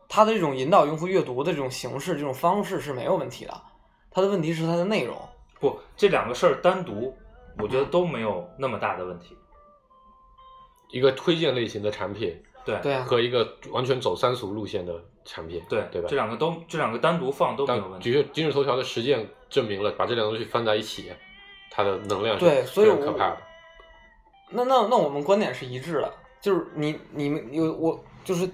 Speaker 3: 它的这种引导用户阅读的这种形式、这种方式是没有问题的，它的问题是它的内容。
Speaker 1: 不，这两个事儿单独，我觉得都没有那么大的问题。
Speaker 4: 一个推荐类型的产品
Speaker 1: 对
Speaker 3: 对啊，
Speaker 4: 和一个完全走三俗路线的产品，
Speaker 1: 对
Speaker 4: 对吧
Speaker 1: 这？两个都这两个单独放都没
Speaker 4: 但
Speaker 1: 有问
Speaker 4: 的
Speaker 1: 题。
Speaker 4: 确，今日头条的实践证明了，把这两个东西放在一起，它的能量是
Speaker 3: 对所以
Speaker 4: 非常可
Speaker 3: 我
Speaker 4: 怕的。
Speaker 3: 那那那我们观点是一致的，就是你你们有我就是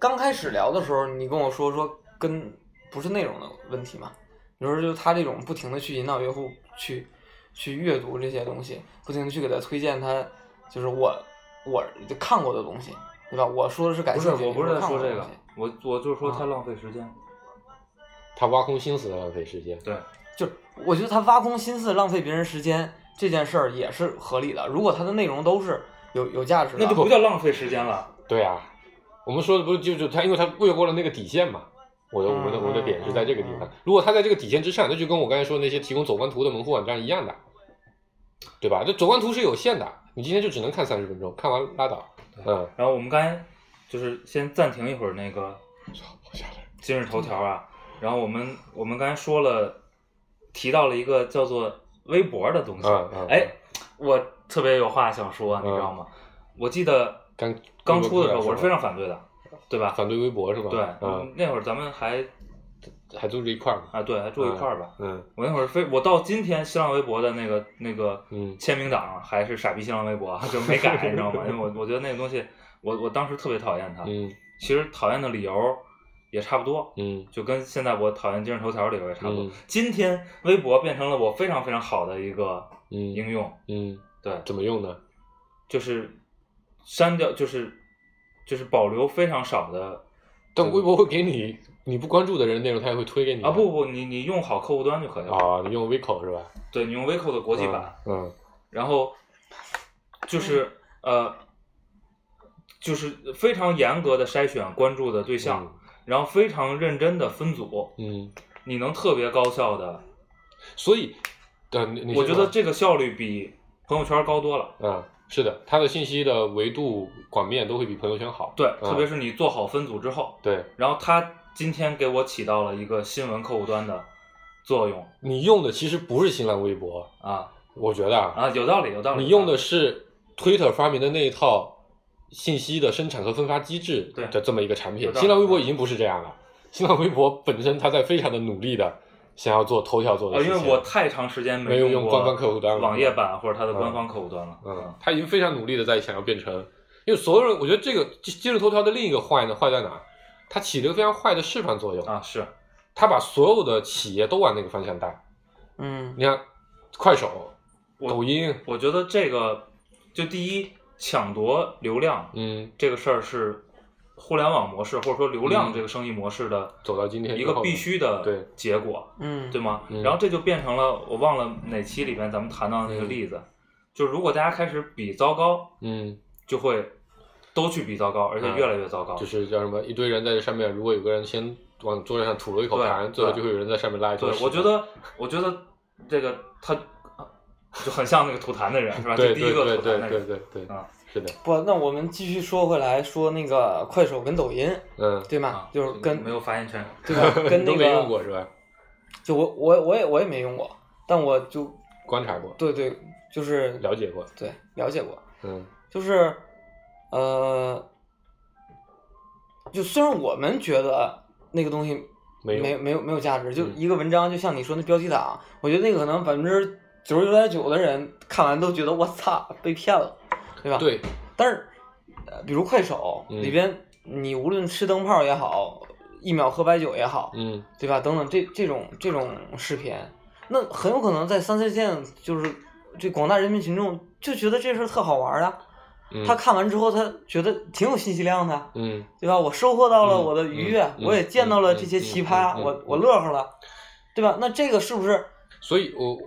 Speaker 3: 刚开始聊的时候，你跟我说说跟不是内容的问题嘛，你说就是他这种不停的去引导用户去去阅读这些东西，不停的去给他推荐他就是我我就看过的东西，对吧？我说的是感
Speaker 1: 不是，
Speaker 3: 兴趣，
Speaker 1: 我
Speaker 3: 你
Speaker 1: 不是在
Speaker 3: 看过
Speaker 1: 说
Speaker 3: 的
Speaker 1: 这个
Speaker 3: 东西，
Speaker 1: 我我就是说它
Speaker 3: 啊
Speaker 1: 浪费时间。
Speaker 4: 它挖空心思的浪费时间。
Speaker 1: 对，
Speaker 3: 就是我觉得他挖空心思浪费别人时间这件事儿也是合理的，如果他的内容都是有有价值的，
Speaker 1: 那就不叫浪费时间了。
Speaker 4: 对啊，我们说的不是就就他，因为他越过了那个底线嘛。我的我们的
Speaker 3: 嗯
Speaker 4: 我们的点是在这个地
Speaker 3: 嗯
Speaker 4: 方。如果他在这个底线之上，那就跟我刚才说的那些提供走观图的门户网站一样的，对吧？这走观图是有限的，你今天就只能看三十分钟，看完拉倒。嗯，
Speaker 1: 然后我们刚才就是先暂停一会儿那个今日头条啊，然后我们我们刚才说了，提到了一个叫做微博的东西
Speaker 4: 嗯嗯，
Speaker 1: 哎，我特别有话想说，你知道吗？我记得
Speaker 4: 刚
Speaker 1: 啊刚出的时候，我是非常
Speaker 4: 反
Speaker 1: 反对的，对吧？
Speaker 4: 反对微博是吧？
Speaker 1: 对，啊
Speaker 4: 嗯，
Speaker 1: 那会儿咱们还
Speaker 4: 还住着一块儿嘛。
Speaker 1: 啊，对，还住一块儿吧。
Speaker 4: 嗯
Speaker 1: 我那会儿非我到今天新浪微博的那个那个
Speaker 4: 嗯
Speaker 1: 签名档啊还是傻逼新浪微博，啊就没改，你知道吗？因为我我觉得那个东西，我我当时特别讨厌它。
Speaker 4: 嗯
Speaker 1: 其实讨厌的理由也差不多，
Speaker 4: 嗯
Speaker 1: 就跟现在我讨厌今日头条理由也差不多。
Speaker 4: 嗯
Speaker 1: 今天微博变成了我非常非常好的一个应
Speaker 4: 嗯
Speaker 1: 用，
Speaker 4: 嗯，
Speaker 1: 对，
Speaker 4: 怎么用呢？
Speaker 1: 就是删掉，就是就是保留非常少的
Speaker 4: 但微博会给你你不关注的人内容，他也会推给你的
Speaker 1: 啊不不，你你用好客户端就可以了，
Speaker 4: 啊，你用 Vico 是吧？
Speaker 1: 对你用 Vico 的国际版，
Speaker 4: 嗯
Speaker 1: 然后就是呃，就是非常严格的筛选关注的对象，然后非常认真的分组，
Speaker 4: 嗯，
Speaker 1: 你能特别高效的，
Speaker 4: 所以，呃，你你
Speaker 1: 我
Speaker 4: 先
Speaker 1: 觉得
Speaker 4: 说
Speaker 1: 这个效率比朋友圈高多了。
Speaker 4: 嗯是的，它的信息的维度广面都会比朋友圈好。
Speaker 1: 对，
Speaker 4: 嗯
Speaker 1: 特别是你做好分组之后，
Speaker 4: 对
Speaker 1: 然后它今天给我起到了一个新闻客户端的作用
Speaker 4: 你用的其实不是新浪微博，
Speaker 1: 啊
Speaker 4: 我觉得啊，
Speaker 1: 啊，有道理，有道理。啊
Speaker 4: 你用
Speaker 1: 有
Speaker 4: 的
Speaker 1: 道理
Speaker 4: 是 Twitter 发明的那一套信息的生产和分发机制
Speaker 1: 对
Speaker 4: 的这么一个产
Speaker 1: 有
Speaker 4: 品。
Speaker 1: 道理
Speaker 4: 新浪微博已经不是这样了，新浪微博本身它在非常的努力的想要做头条做
Speaker 1: 啊，
Speaker 4: 的事
Speaker 1: 因
Speaker 4: 情。
Speaker 1: 为我太长时间
Speaker 4: 没有
Speaker 1: 用
Speaker 4: 用
Speaker 1: 过
Speaker 4: 官方客户端了
Speaker 1: 网页版或者它的官
Speaker 4: 嗯
Speaker 1: 方客户端了。
Speaker 4: 嗯，他已经非常努力的在想要变成，因为所有人，我觉得这个今今日头条的另一个坏呢，坏在哪儿？它起了一个非常坏的示范作用，
Speaker 1: 啊，是
Speaker 4: 它把所有的企业都往那个方向带。
Speaker 3: 嗯，
Speaker 4: 你看，快手、
Speaker 1: 我
Speaker 4: 抖音，
Speaker 1: 我觉得这个就第一抢夺流量
Speaker 4: 嗯，
Speaker 1: 这个事儿是互联网模式或者说流量这个生意模式的
Speaker 4: 嗯走到今天
Speaker 1: 一
Speaker 4: 之后
Speaker 1: 个必须的
Speaker 4: 对
Speaker 1: 结果，
Speaker 3: 嗯，
Speaker 1: 对吗？
Speaker 4: 嗯
Speaker 1: 然后这就变成了我忘了哪期里边咱们谈到的那个例子，就如果大家开始比糟糕，
Speaker 4: 嗯，
Speaker 1: 就会都去比糟糕，而且越来越糟糕。
Speaker 4: 就是叫什么，一堆人在这上面，如果有个人先往桌子上吐了一口
Speaker 1: 对
Speaker 4: 痰，最后
Speaker 1: 对
Speaker 4: 就会有人在上面拉一坨
Speaker 1: 对，
Speaker 4: 屎。
Speaker 1: 我觉得，我觉得这个他就很像那个吐痰的人是 吧？就
Speaker 4: 对
Speaker 1: 第一
Speaker 4: 对
Speaker 1: 个
Speaker 4: 对
Speaker 1: 吐痰
Speaker 4: 对
Speaker 1: 的
Speaker 4: 对
Speaker 1: 人，
Speaker 4: 对对，
Speaker 1: 啊
Speaker 4: 是的，
Speaker 3: 不，那我们继续说回来，说那个快手跟抖音，
Speaker 4: 嗯，
Speaker 3: 对吗
Speaker 1: 啊？
Speaker 3: 就是跟
Speaker 1: 没有发言权。
Speaker 3: 对吧？ 跟
Speaker 4: 你都
Speaker 3: 那
Speaker 4: 没用
Speaker 3: 个，
Speaker 4: 过是吧？
Speaker 3: 就我我我也我也没用过，但我就
Speaker 4: 观察过，
Speaker 3: 对对，就是
Speaker 4: 了解过，
Speaker 3: 对了解过，
Speaker 4: 嗯
Speaker 3: 就是呃，就虽然我们觉得那个东西
Speaker 4: 没有
Speaker 3: 没没有没有价值，就
Speaker 4: 嗯
Speaker 3: 一个文章，就像你说那标题党，我觉得那个可能百分之九十九点九的人看完都觉得我操被骗了，对吧？。
Speaker 4: 对，
Speaker 3: 但是，呃，比如快手
Speaker 4: 嗯
Speaker 3: 里边，你无论吃灯泡也好，一秒喝白酒也好，
Speaker 4: 嗯
Speaker 3: 对吧？等等，这这种这种视频，那很有可能在三四线，就是这广大人民群众就觉得这事儿特好玩儿啊。
Speaker 4: 嗯，
Speaker 3: 他看完之后，他觉得挺有信息量的，
Speaker 4: 嗯。
Speaker 3: 对吧？我收获到了
Speaker 4: 嗯
Speaker 3: 我的愉悦，
Speaker 4: 嗯嗯
Speaker 3: 我也见到了这些
Speaker 4: 嗯
Speaker 3: 奇
Speaker 4: 嗯
Speaker 3: 葩，
Speaker 4: 嗯嗯
Speaker 3: 我
Speaker 4: 嗯
Speaker 3: 我乐呵了，对吧？那这个是不是
Speaker 4: 所以我，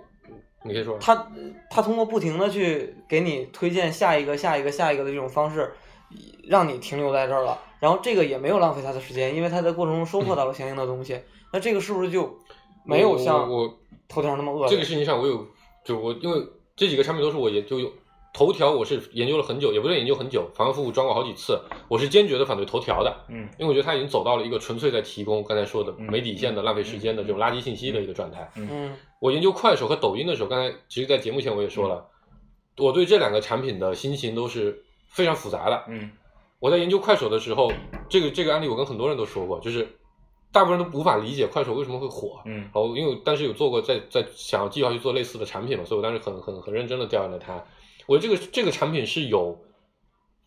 Speaker 4: 你可以说，
Speaker 3: 他他通过不停的去给你推荐下一个、下一个、下一个的这种方式，让你停留在这儿了？然后这个也没有浪费他的时间，因为他在过程中收获到了相应的东西。那这个是不是就没有
Speaker 4: 我
Speaker 3: 像
Speaker 4: 我
Speaker 3: 头条那么恶
Speaker 4: 我
Speaker 3: 劣？
Speaker 4: 这个事情上，我有就我因为这几个产品都是我研究有头条，我是研究了很久，也不是研究很久，反反复复装过好几次，我是坚决的反对头条的，
Speaker 1: 嗯
Speaker 4: 因为我觉得它已经走到了一个纯粹在提供刚才说的
Speaker 1: 嗯
Speaker 4: 没底线的、
Speaker 1: 嗯
Speaker 4: 浪费时间的
Speaker 1: 嗯
Speaker 4: 这种垃圾信息的一个状态。
Speaker 3: 嗯
Speaker 4: 我研究快手和抖音的时候，刚才其实，在节目前我也说了，
Speaker 1: 嗯
Speaker 4: 我对这两个产品的心情都是非常复杂的。
Speaker 1: 嗯
Speaker 4: 我在研究快手的时候，这个这个案例我跟很多人都说过，就是大部分人都无法理解快手为什么会火。
Speaker 1: 嗯
Speaker 4: 然后哦因为我当时有做过在在想要计划去做类似的产品嘛，所以我当时很很很认真的调研了它。我这个这个产品是有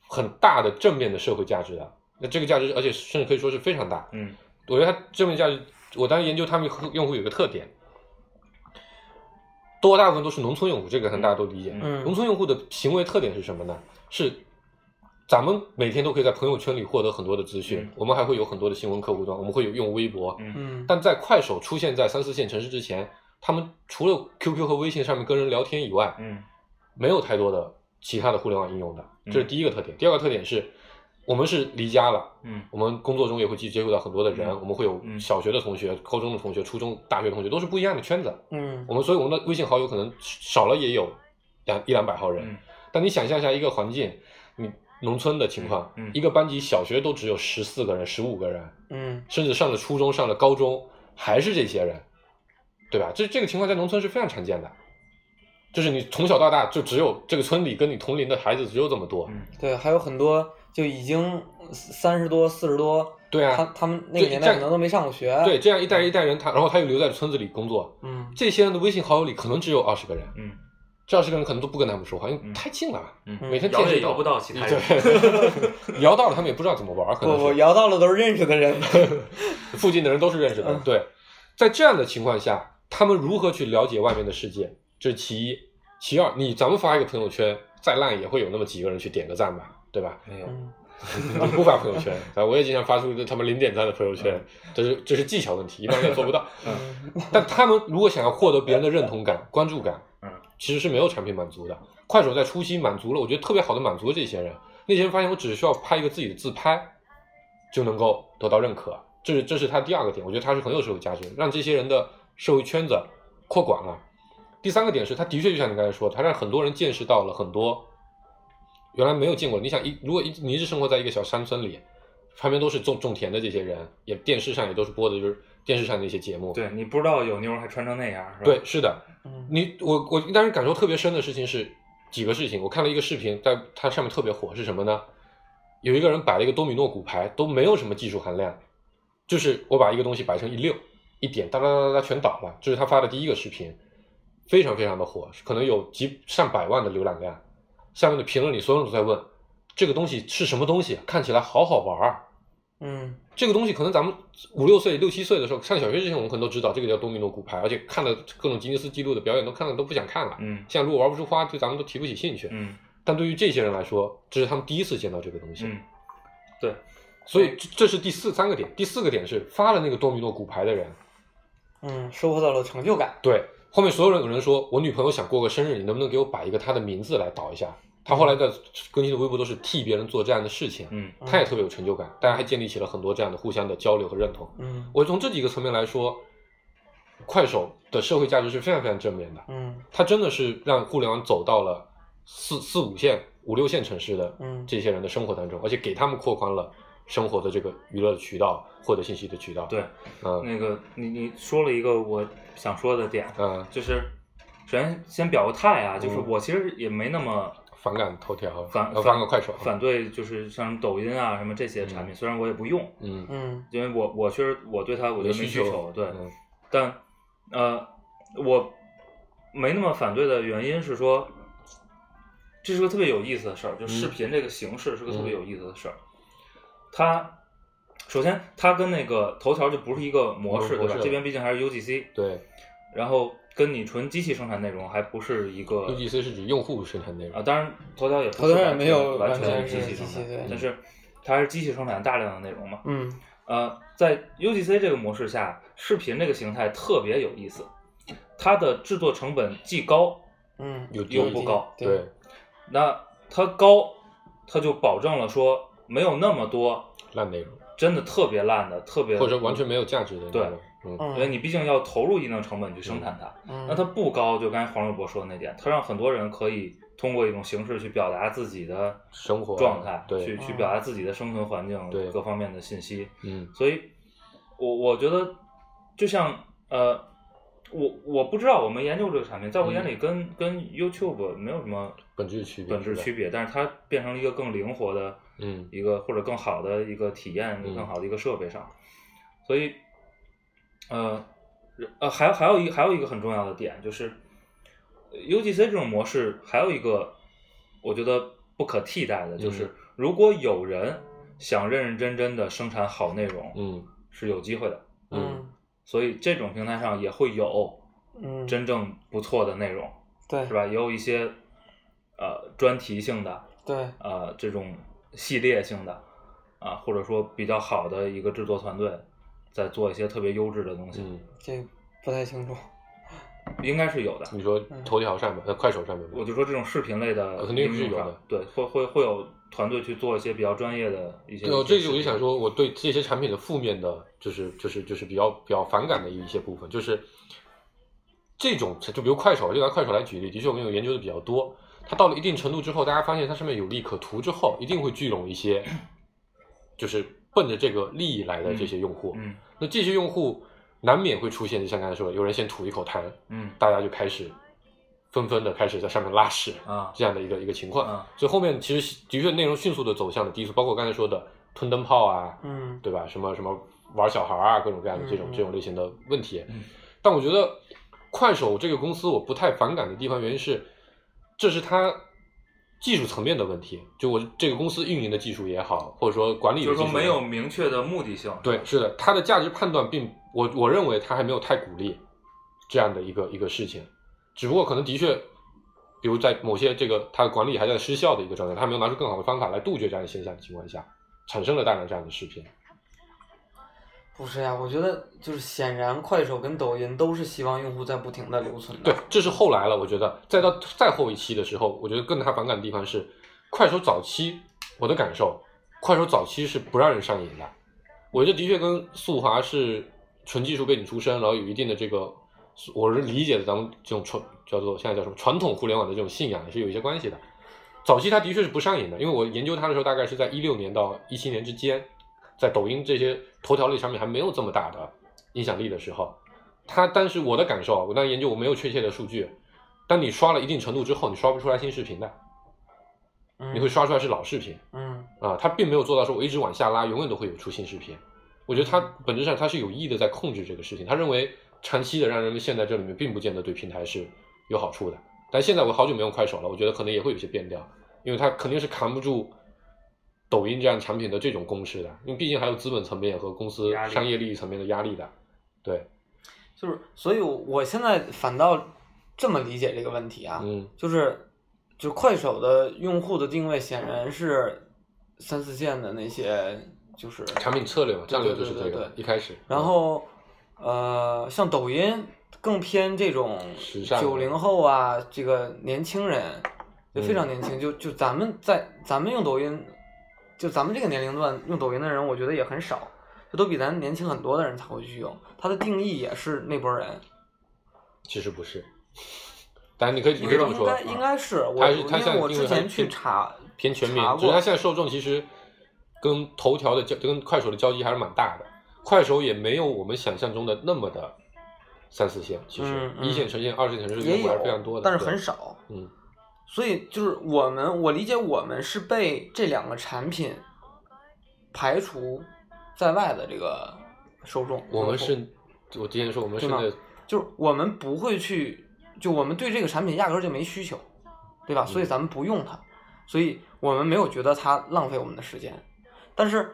Speaker 4: 很大的正面的社会价值的，那这个价值而且甚至可以说是非常大。
Speaker 1: 嗯
Speaker 4: 我觉得它正面价值，我当时研究他们用户有一个特点，多大部分都是农村用户，这个可能大家都理解。
Speaker 1: 嗯
Speaker 4: 农
Speaker 3: 嗯
Speaker 4: 村用户的行为特点是什么呢？是咱们每天都可以在朋友圈里获得很多的资讯，
Speaker 1: 嗯
Speaker 4: 我们还会有很多的新闻客户端，我们会有用微博。
Speaker 1: 嗯
Speaker 3: 嗯
Speaker 4: 但在快手出现在三四线城市之前，他们除了 QQ 和微信上面跟人聊天以外，
Speaker 1: 嗯
Speaker 4: 没有太多的其他的互联网应用的，
Speaker 1: 嗯
Speaker 4: 这是第一个特点。第二个特点是，我们是离家了，
Speaker 1: 嗯
Speaker 4: 我们工作中也会接接触到很多的人，
Speaker 1: 嗯
Speaker 4: 我们会有
Speaker 1: 嗯
Speaker 4: 小学的同学、高中的同学、初中、大学同学，都是不一样的圈子。
Speaker 3: 嗯
Speaker 4: 我们所以我们的微信好友可能少了也有，两一两百号人。
Speaker 1: 嗯
Speaker 4: 但你想象一下一个环境，你农村的情况，
Speaker 1: 嗯嗯
Speaker 4: 一个班级小学都只有十四个人、十五个人，
Speaker 3: 嗯
Speaker 4: 甚至上了初中、上了高中还是这些人，对吧？这这个情况在农村是非常常见的，就是你从小到大就只有这个村里跟你同龄的孩子只有这么多，
Speaker 1: 嗯，
Speaker 3: 对，还有很多就已经三十多、四十多，
Speaker 4: 对啊
Speaker 3: 他他们那个
Speaker 4: 对
Speaker 3: 年
Speaker 4: 这
Speaker 3: 代
Speaker 4: 样
Speaker 3: 可能都没上过学，
Speaker 4: 对，，这样一代一代人他，然后他又留在村子里工作，
Speaker 3: 嗯
Speaker 4: 这些人的微信好友里可能只有二十个人，
Speaker 1: 嗯
Speaker 4: 这二十个人可能都不跟他们说话，因为
Speaker 1: 嗯
Speaker 4: 太近了，
Speaker 1: 嗯，
Speaker 4: 每天
Speaker 1: 摇
Speaker 4: 见
Speaker 1: 也
Speaker 4: 识
Speaker 1: 摇不到其 他人。
Speaker 4: 对， 摇到了他们也不知道怎么玩，可
Speaker 3: 不
Speaker 4: 能
Speaker 3: 不，
Speaker 4: 是
Speaker 3: 摇到了都是认识的人，
Speaker 4: 附近的人都是认识的。对，在这样的情况下，他们如何去了解外面的世界，这是其一。其二，你咱们发一个朋友圈，再烂也会有那么几个人去点个赞吧，对吧？
Speaker 1: 没有，
Speaker 3: 嗯
Speaker 4: 你不发朋友圈，啊，我也经常发出他们零点赞的朋友圈，这是这是技巧问题，一般人也做不到。 但他们如果想要获得别人的认同感、关注感，
Speaker 1: 嗯，
Speaker 4: 其实是没有产品满足的。快手在初期满足了，我觉得特别好的满足了这些人。那些人发现我只需要拍一个自己的自拍，就能够得到认可，这是这是他第二个点，我觉得他是很有社会价值的，让这些人的社会圈子扩广了。第三个点是，他的确就像你刚才说，他让很多人见识到了很多原来没有见过的。你想一，如果一你一直生活在一个小山村里，旁边都是种种田的这些人，也电视上也都是播的就是电视上的一些节目。
Speaker 1: 对你不知道有妞儿还穿成那样，是吧？
Speaker 4: 对，是的，
Speaker 3: 嗯
Speaker 4: 你我我当时感受特别深的事情是几个事情，我看了一个视频，在它上面特别火是什么呢？有一个人摆了一个多米诺骨牌，都没有什么技术含量，就是我把一个东西摆成一溜一点，哒哒哒哒哒全倒了，这是他发的第一个视频，非常非常的火，可能有几上百万的浏览量。下面的评论里所有人都在问，这个东西是什么东西？看起来好好玩儿。
Speaker 3: 嗯
Speaker 4: 这个东西可能咱们五六岁、六七岁的时候上小学之前，我们可能都知道这个叫多米诺骨牌，而且看了各种吉尼斯纪录的表演都看了都不想看了。
Speaker 1: 嗯
Speaker 4: 现在如果玩不出花，对咱们都提不起兴趣。
Speaker 1: 嗯
Speaker 4: 但对于这些人来说，这是他们第一次见到这个东西，
Speaker 1: 嗯
Speaker 4: 所以这这是第四三个点。第四个点是发了那个多米诺骨牌的人，
Speaker 3: 嗯，收获到了成就感，
Speaker 4: 对后面所有人有人说，我女朋友想过个生日，你能不能给我摆一个她的名字来导一下？她后来的更新的微博都是替别人做这样的事情，
Speaker 1: 嗯
Speaker 4: 她也特别有成就感，大家还建立起了很多这样的互相的交流和认同。
Speaker 3: 嗯
Speaker 4: 我从这几个层面来说，快手的社会价值是非常非常正面的，
Speaker 3: 嗯
Speaker 4: 它真的是让互联网走到了四四五线、五六线城市的
Speaker 3: 嗯
Speaker 4: 这些人的生活当中，而且给他们扩宽了生活的这个娱乐渠道、获得信息的渠道。，
Speaker 1: 对，
Speaker 4: 嗯
Speaker 1: 那个你你说了一个我想说的点，
Speaker 4: 嗯，
Speaker 1: 就是首先先表个态啊，就是
Speaker 4: 嗯
Speaker 1: 我其实也没那么
Speaker 4: 反感头条，
Speaker 1: 反
Speaker 4: 呃反感快手，
Speaker 1: 反对就是像抖音啊什么这些产品，虽然我也不用，
Speaker 4: 嗯，
Speaker 3: 嗯
Speaker 1: 因为我我确实我对它我觉得没需求，对，
Speaker 4: 嗯
Speaker 1: 但呃我没那么反对的原因是说，这是个特别有意思的事儿，
Speaker 3: 嗯
Speaker 1: 就视频这个形式是个特别有意思的事儿，它。首先，它跟那个头条就不是一个模式，
Speaker 4: 模
Speaker 1: 对
Speaker 4: 式
Speaker 1: 吧？这边毕竟还是 UGC，
Speaker 4: 对
Speaker 1: 然后跟你纯机器生产内容还不是一个
Speaker 4: ，UGC 是指用户生产内
Speaker 1: 啊，
Speaker 4: 容，
Speaker 1: 当然头条也不
Speaker 3: 头
Speaker 1: 是
Speaker 3: 条也
Speaker 1: 完
Speaker 3: 没
Speaker 1: 全
Speaker 3: 有
Speaker 1: 完
Speaker 3: 完
Speaker 1: 全
Speaker 3: 全
Speaker 1: 是
Speaker 3: 是
Speaker 1: 机器
Speaker 3: 机
Speaker 1: 生
Speaker 3: 器
Speaker 1: 产
Speaker 3: 对，
Speaker 1: 但是它还是机器生产大量的内容嘛。
Speaker 3: 嗯
Speaker 1: 呃，在 UGC 这个模式下，视频这个形态特别有意思，它的制作成本既高，
Speaker 3: 嗯，
Speaker 4: 有
Speaker 1: 又
Speaker 4: 有
Speaker 1: 不高，
Speaker 4: 对，
Speaker 1: 那它高，它就保证了说没有那么多
Speaker 4: 烂内容，
Speaker 1: 真的特别烂的，特别
Speaker 4: 或者完全没有价值的内容，嗯
Speaker 1: 因为你毕竟要投入一定成本去生产它。
Speaker 3: 嗯
Speaker 1: 那它不高，就刚才黄世博说的那点，它让很多人可以通过一种形式去表达自己的
Speaker 4: 生活啊
Speaker 1: 状态，
Speaker 4: 对
Speaker 1: 去去表达自己的生存环境
Speaker 4: 对
Speaker 1: 各方面的信息。
Speaker 4: 嗯
Speaker 1: 所以，我我觉得，就像呃，我我不知道我们研究这个产品，在我眼里跟、跟 YouTube 没有什么
Speaker 4: 嗯本质区别
Speaker 1: 本质
Speaker 4: 是吧
Speaker 1: 区别，但是它变成了一个更灵活的
Speaker 4: 嗯
Speaker 1: 一个或者更好的一个体验，
Speaker 4: 嗯
Speaker 1: 更好的一个设备上。所以，呃，呃，还有还有一还有一个很重要的点就是呃，UGC 这种模式还有一个我觉得不可替代的，就是、
Speaker 4: 嗯
Speaker 1: 如果有人想认认真真的生产好内容，
Speaker 4: 嗯
Speaker 1: 是有机会的。
Speaker 4: 嗯
Speaker 3: 嗯
Speaker 1: 所以这种平台上也会有
Speaker 3: 嗯
Speaker 1: 真正不错的内容，
Speaker 3: 对
Speaker 1: 是吧？也有一些呃专题性的，
Speaker 3: 对
Speaker 1: 呃这种系列性的啊、或者说比较好的一个制作团队在做一些特别优质的东西，
Speaker 4: 嗯，
Speaker 3: 这不太清楚，
Speaker 1: 应该是有的。
Speaker 4: 你说
Speaker 3: 嗯
Speaker 4: 头条上面呃快手上面吧
Speaker 1: 我就说这种视频类的
Speaker 4: 呃肯
Speaker 1: 应
Speaker 4: 定
Speaker 1: 用
Speaker 4: 是
Speaker 1: 上，
Speaker 4: 有的
Speaker 1: 对，会会会有团队去做一些比较专业的一些。
Speaker 4: 对，我哦
Speaker 1: 一些
Speaker 4: 这
Speaker 1: 视
Speaker 4: 个我就
Speaker 1: 频
Speaker 4: 想，说，我对这些产品的负面的，就是就是就是比较比较反感的一些部分，就是这种就比如快手，就拿快手来举例，的确我跟你研究的比较多。它到了一定程度之后，大家发现它上面有利可图之后，一定会聚拢一些，就是奔着这个利益来的这些用户。
Speaker 1: 嗯
Speaker 4: 那这些用户难免会出现，就像刚才说的，有人先吐一口痰，
Speaker 1: 嗯
Speaker 4: 大家就开始纷纷的开始在上面拉屎
Speaker 1: 啊
Speaker 4: 这样的一个一个情况。
Speaker 1: 啊
Speaker 4: 所以后面其实的确内容迅速的走向了低俗，包括我刚才说的吞灯泡啊，
Speaker 3: 嗯
Speaker 4: 对吧？什么什么玩小孩啊，各种各样的这种、
Speaker 3: 嗯嗯
Speaker 4: 这种类型的问题。
Speaker 1: 嗯
Speaker 4: 但我觉得快手这个公司我不太反感的地方，原因是这是它技术层面的问题，就我这个公司运营的技术也好，或者说管理
Speaker 1: 就是
Speaker 4: 的技
Speaker 1: 说
Speaker 4: 术
Speaker 1: 没
Speaker 4: 也好
Speaker 1: 有明确的目的性。
Speaker 4: 对，是的，它的价值判断并我我认为它还没有太鼓励这样的一个一个事情，只不过可能的确，比如在某些这个它的管理还在失效的一个状态，它没有拿出更好的方法来杜绝这样的现象的情况下，产生了大量这样的视频。
Speaker 3: 不是呀，我觉得就是显然快手跟抖音都是希望用户在不停的留存的。
Speaker 4: 对，这是后来了，我觉得再到再后一期的时候，我觉得更大反感的地方是，快手早期我的感受，快手早期是不让人上瘾的，我觉得的确跟速滑是纯技术背景出身，然后有一定的这个，我是理解的咱们这种传叫做现在叫什么传统互联网的这种信仰也是有一些关系的。早期它的确是不上瘾的，因为我研究它的时候大概是在一六年到一七年之间，在抖音这些头条类上面还没有这么大的影响力的时候，它但是我的感受啊，我当然研究我没有确切的数据，当你刷了一定程度之后，你刷不出来新视频的，
Speaker 3: 嗯
Speaker 4: 你会刷出来是老视频。
Speaker 3: 嗯
Speaker 4: 啊，它并没有做到说我一直往下拉，永远都会有出新视频。我觉得它本质上它是有意的在控制这个事情，他认为长期的让人们陷在这里面，并不见得对平台是有好处的。但现在我好久没用快手了，我觉得可能也会有些变调，因为它肯定是扛不住抖音这样产品的这种攻势的，因为毕竟还有资本层面和公司
Speaker 1: 压力
Speaker 4: 商业利益层面的压力的。对，
Speaker 3: 就是，所以我我现在反倒这么理解这个问题啊，
Speaker 4: 嗯
Speaker 3: 就是就快手的用户的定位显然是三四线的那些，就是
Speaker 4: 产品策略嘛，战略就是
Speaker 3: 对
Speaker 4: 这
Speaker 3: 对对
Speaker 4: 个
Speaker 3: 对
Speaker 4: 一开始。嗯
Speaker 3: 然后呃，像抖音更偏这种
Speaker 4: 时尚
Speaker 3: 九零后啊，这个年轻人就非常
Speaker 4: 嗯
Speaker 3: 年轻，就就咱们在咱们用抖音，就咱们这个年龄段用抖音的人，我觉得也很少，就都比咱年轻很多的人才会去用。它的定义也是那波人，
Speaker 4: 其实不是，但是你可以你可以这么
Speaker 3: 应
Speaker 4: 说，
Speaker 3: 该应该是我，
Speaker 4: 它
Speaker 3: 我
Speaker 4: 是它
Speaker 3: 因为
Speaker 4: 现在
Speaker 3: 我
Speaker 4: 定
Speaker 3: 之
Speaker 4: 位还
Speaker 3: 前
Speaker 4: 是
Speaker 3: 去
Speaker 4: 偏
Speaker 3: 查
Speaker 4: 偏全面
Speaker 3: 查，
Speaker 4: 就是它
Speaker 3: 过，
Speaker 4: 现在受众其实跟头条的交跟快手的交集还是蛮大的。快手也没有我们想象中的那么的三四线，其实、
Speaker 3: 嗯嗯
Speaker 4: 一线城市、二线城市
Speaker 3: 也
Speaker 4: 用户还是
Speaker 3: 有
Speaker 4: 非常多的，
Speaker 3: 但是
Speaker 4: 对
Speaker 3: 很。少。
Speaker 4: 嗯，
Speaker 3: 所以就是我们，我理解我们是被这两个产品排除在外的这个受众。
Speaker 4: 我们
Speaker 3: 用户
Speaker 4: 是，我之前说我们是
Speaker 3: 对吗
Speaker 4: 在
Speaker 3: 就是我们不会去，就我们对这个产品压根儿就没需求，对吧？
Speaker 4: 嗯
Speaker 3: 所以咱们不用它，所以我们没有觉得它浪费我们的时间。但是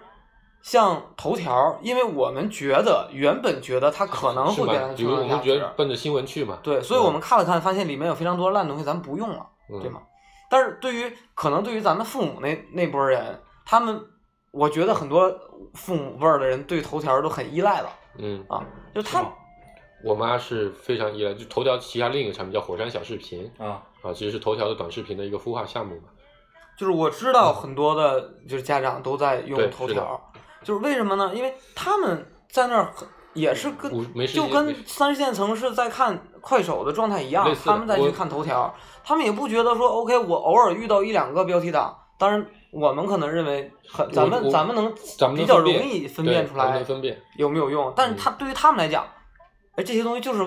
Speaker 3: 像头条，因为我们觉得原本觉得它可能
Speaker 4: 是
Speaker 3: 会给
Speaker 4: 吧？
Speaker 3: 咱
Speaker 4: 比
Speaker 3: 创
Speaker 4: 如我
Speaker 3: 造价
Speaker 4: 们觉得
Speaker 3: 值，
Speaker 4: 奔着新闻去嘛，
Speaker 3: 对，所以我们看了看，发现里面有非常多烂东西，咱不用了，
Speaker 4: 嗯
Speaker 3: 对吗？但是对于可能对于咱们父母那那波人，他们我觉得很多父母辈儿的人对头条都很依赖了，
Speaker 4: 嗯，
Speaker 3: 就他
Speaker 1: 吗
Speaker 4: 我妈是非常依赖，就头条旗下另一个产品叫火山小视频
Speaker 1: 啊，
Speaker 4: 啊，其实是头条的短视频的一个孵化项目嘛。
Speaker 3: 就是我知道很多的，就是家长都在
Speaker 4: 嗯对
Speaker 3: 用头
Speaker 4: 是的
Speaker 3: 条，就是为什么呢？因为他们在那儿很也是跟
Speaker 4: 无没时
Speaker 3: 就
Speaker 4: 间没
Speaker 3: 跟
Speaker 4: 时
Speaker 3: 三十线城市在看快手的状态一样
Speaker 4: 类似，的
Speaker 3: 他们再去
Speaker 4: 我
Speaker 3: 看头条，他们也不觉得说 OK，我偶尔遇到一两个标题党，当然我们可能认为很，咱
Speaker 4: 我
Speaker 3: 们
Speaker 4: 我
Speaker 3: 咱们能
Speaker 4: 咱们
Speaker 3: 比
Speaker 4: 能
Speaker 3: 较
Speaker 4: 分
Speaker 3: 容
Speaker 4: 辨
Speaker 3: 易分
Speaker 4: 对
Speaker 3: 辨出
Speaker 4: 咱们
Speaker 3: 来
Speaker 4: 能分嗯辨，
Speaker 3: 有没有用，但是他对于他们来讲，哎，这些东西就是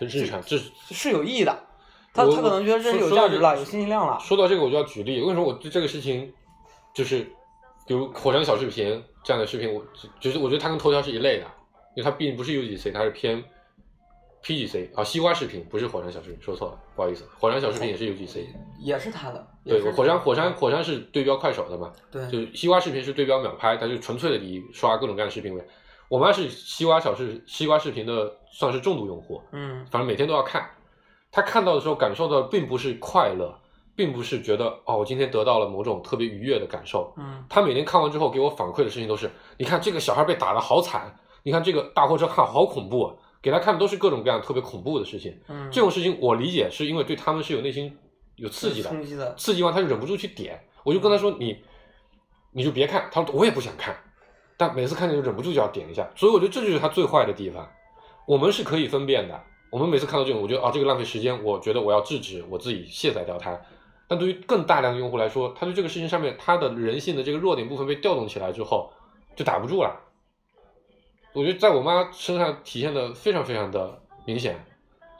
Speaker 4: 跟日常这
Speaker 3: 是有意义的，他
Speaker 4: 我
Speaker 3: 他可能觉得这是有
Speaker 4: 说说到
Speaker 3: 价值
Speaker 4: 这
Speaker 3: 了，有信息量了，
Speaker 4: 说到这个，我就要举例。我跟你说，我对这个事情，就是比如火山小视频这样的视频，我就是我觉得它跟头条是一类的，因为它并不是 UGC，它是偏 PGC 啊，西瓜视频不是火山小视频，说错了，不好意思，火山小视频也是 UGC。
Speaker 3: 也是他的，也
Speaker 4: 对，
Speaker 3: 是
Speaker 4: 火山
Speaker 3: 他
Speaker 4: 火山火山是对标快手的嘛，
Speaker 3: 对
Speaker 4: 就是西瓜视频是对标秒拍，它就纯粹的以刷各种各样的视频为。我妈是西瓜小视西瓜视频的算是重度用户，
Speaker 3: 嗯。
Speaker 4: 反正每天都要看。他看到的时候感受到的并不是快乐，并不是觉得哦，我今天得到了某种特别愉悦的感受。
Speaker 3: 嗯
Speaker 4: 他每天看完之后给我反馈的事情都是，你看这个小孩被打得好惨，你看这个大货车哈好恐怖啊，给他看的都是各种各样特别恐怖的事情。
Speaker 3: 嗯，
Speaker 4: 这种事情我理解是因为对他们是有内心有刺激的，
Speaker 3: 冲击的，
Speaker 4: 刺激完他就忍不住去点。我就跟他说你，你就别看。他说我也不想看，但每次看见就忍不住就要点一下。所以我觉得这就是他最坏的地方。我们是可以分辨的，我们每次看到这种，我觉得啊，这个浪费时间，我觉得我要制止，我自己卸载掉它。但对于更大量的用户来说，他对这个事情上面他的人性的这个弱点部分被调动起来之后，就打不住了。我觉得在我妈身上体现的非常非常的明显，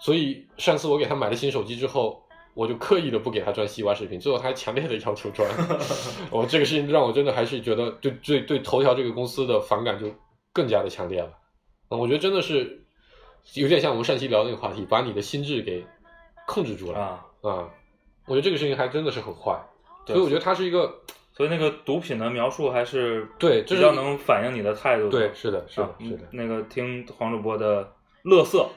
Speaker 4: 所以上次我给她买了新手机之后，我就刻意的不给她装西瓜视频，最后她还强烈的要 求装。我这个事情让我真的还是觉得对对对头条这个公司的反感就更加的强烈了。嗯，我觉得真的是有点像我们上期聊的那个话题，把你的心智给控制住了啊、
Speaker 1: 啊。
Speaker 4: 嗯我觉得这个事情还真的是很坏，
Speaker 1: 对
Speaker 4: 所以我觉得它是一个
Speaker 1: 所以那个毒品的描述还是
Speaker 4: 对
Speaker 1: 比
Speaker 4: 这是
Speaker 1: 较能反映你的态度的。
Speaker 4: 对，是的，是的
Speaker 1: 啊，，
Speaker 4: 是的。
Speaker 1: 那个听黄主播的《乐 色》，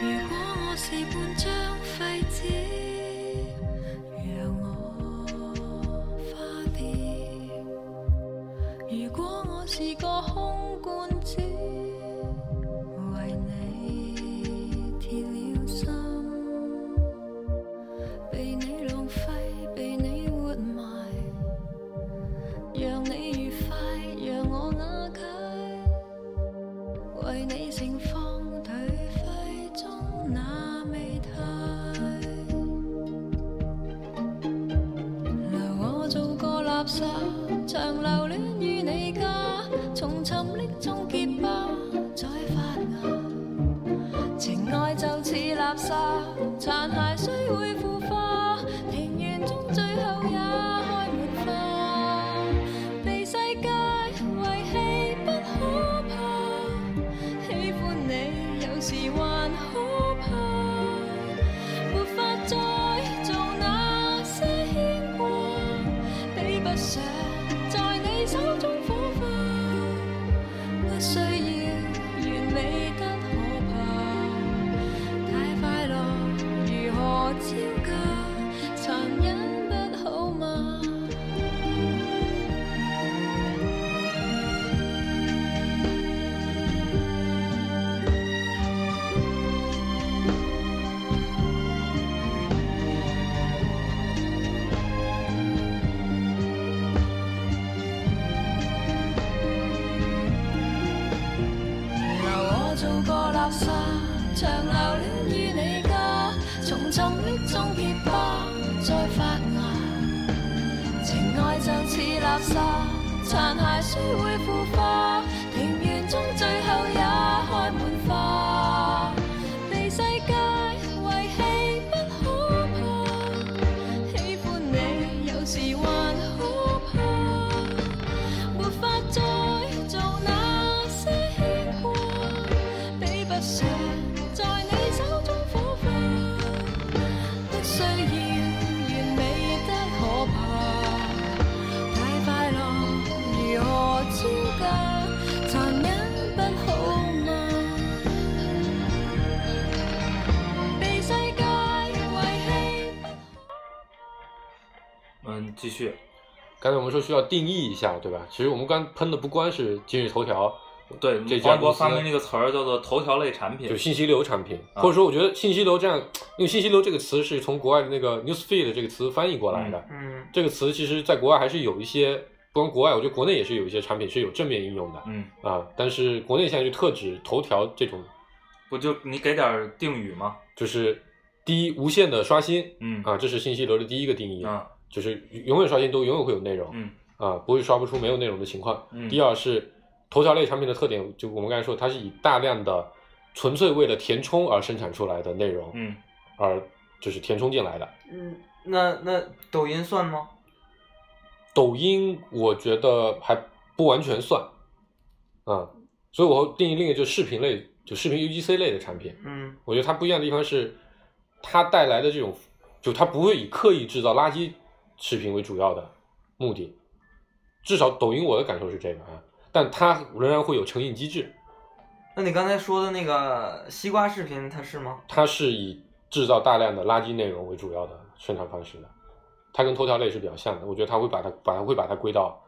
Speaker 2: 如果我是半張廢紙，讓我花掉；如果我是個空罐子，為你鐵了心，被你浪費，被你活埋，讓你愉快，讓我瓦解。为你盛放颓废中那美态，留我做个垃圾，长留恋于你家，从沉溺中结疤再发芽，情爱就似垃圾，残骸虽会腐化，庭园中最后也开满花，被世界遗弃不可怕。喜歡你有時還可怕，沒法再做那些牽掛，比不上在你手中火花，不需要完美得可怕，太快樂如何招架，殘忍不好嗎？由我做個垃圾，長留戀於你家，從沉溺中結疤再發芽。情愛就似垃圾，殘骸雖會腐化，庭園中最後也開滿花。被世界遺棄不可怕，喜歡你有時還可怕。沒法再做那些牽掛，比不上在你手中火花，不需要完美得可怕，太快樂如何招架，殘忍不好嗎？被世界遺棄。
Speaker 1: 嗯，继续，
Speaker 4: 刚才我们说需要定义一下，对吧？其实我们刚喷的不光是今日头条，
Speaker 1: 对，
Speaker 4: 这家
Speaker 1: 嗯黄
Speaker 4: 公
Speaker 1: 渤
Speaker 4: 司
Speaker 1: 发明了一个词儿叫做“头条类产品
Speaker 4: 就”，信息流产品，
Speaker 1: 啊
Speaker 4: 或者说我觉得信息流这样，因为信息流这个词是从国外的那个 newsfeed 这个词翻译过来的。
Speaker 3: 嗯
Speaker 4: 这个词其实在国外还是有一些，不光国外，我觉得国内也是有一些产品是有正面应用的
Speaker 1: 嗯，
Speaker 4: 啊。但是国内现在就特指头条这种，
Speaker 1: 不就你给点儿定语吗？
Speaker 4: 就是第一无限的刷新
Speaker 1: 嗯
Speaker 4: 啊，这是信息流的第一个定义，
Speaker 1: 啊
Speaker 4: 就是永远刷新都永远会有内容
Speaker 1: 嗯
Speaker 4: 啊，不会刷不出没有内容的情况。
Speaker 1: 嗯，
Speaker 4: 第二是头条类产品的特点，就我们刚才说，它是以大量的纯粹为了填充而生产出来的内容，
Speaker 1: 嗯，
Speaker 4: 而就是填充进来的。
Speaker 3: 嗯，那那抖音算吗？
Speaker 4: 抖音我觉得还不完全算，啊、所以我会定义另一个就是视频类，就视频 UGC 类的产品，
Speaker 3: 嗯
Speaker 4: 我觉得它不一样的地方是，它带来的这种，就它不会以刻意制造垃圾视频为主要的目的，至少抖音我的感受是这个啊，但它仍然会有成瘾机制。
Speaker 3: 那你刚才说的那个西瓜视频，它是吗？
Speaker 4: 它是以制造大量的垃圾内容为主要的生产方式的，它跟头条类是比较像的。我觉得它会把它把它会把它归到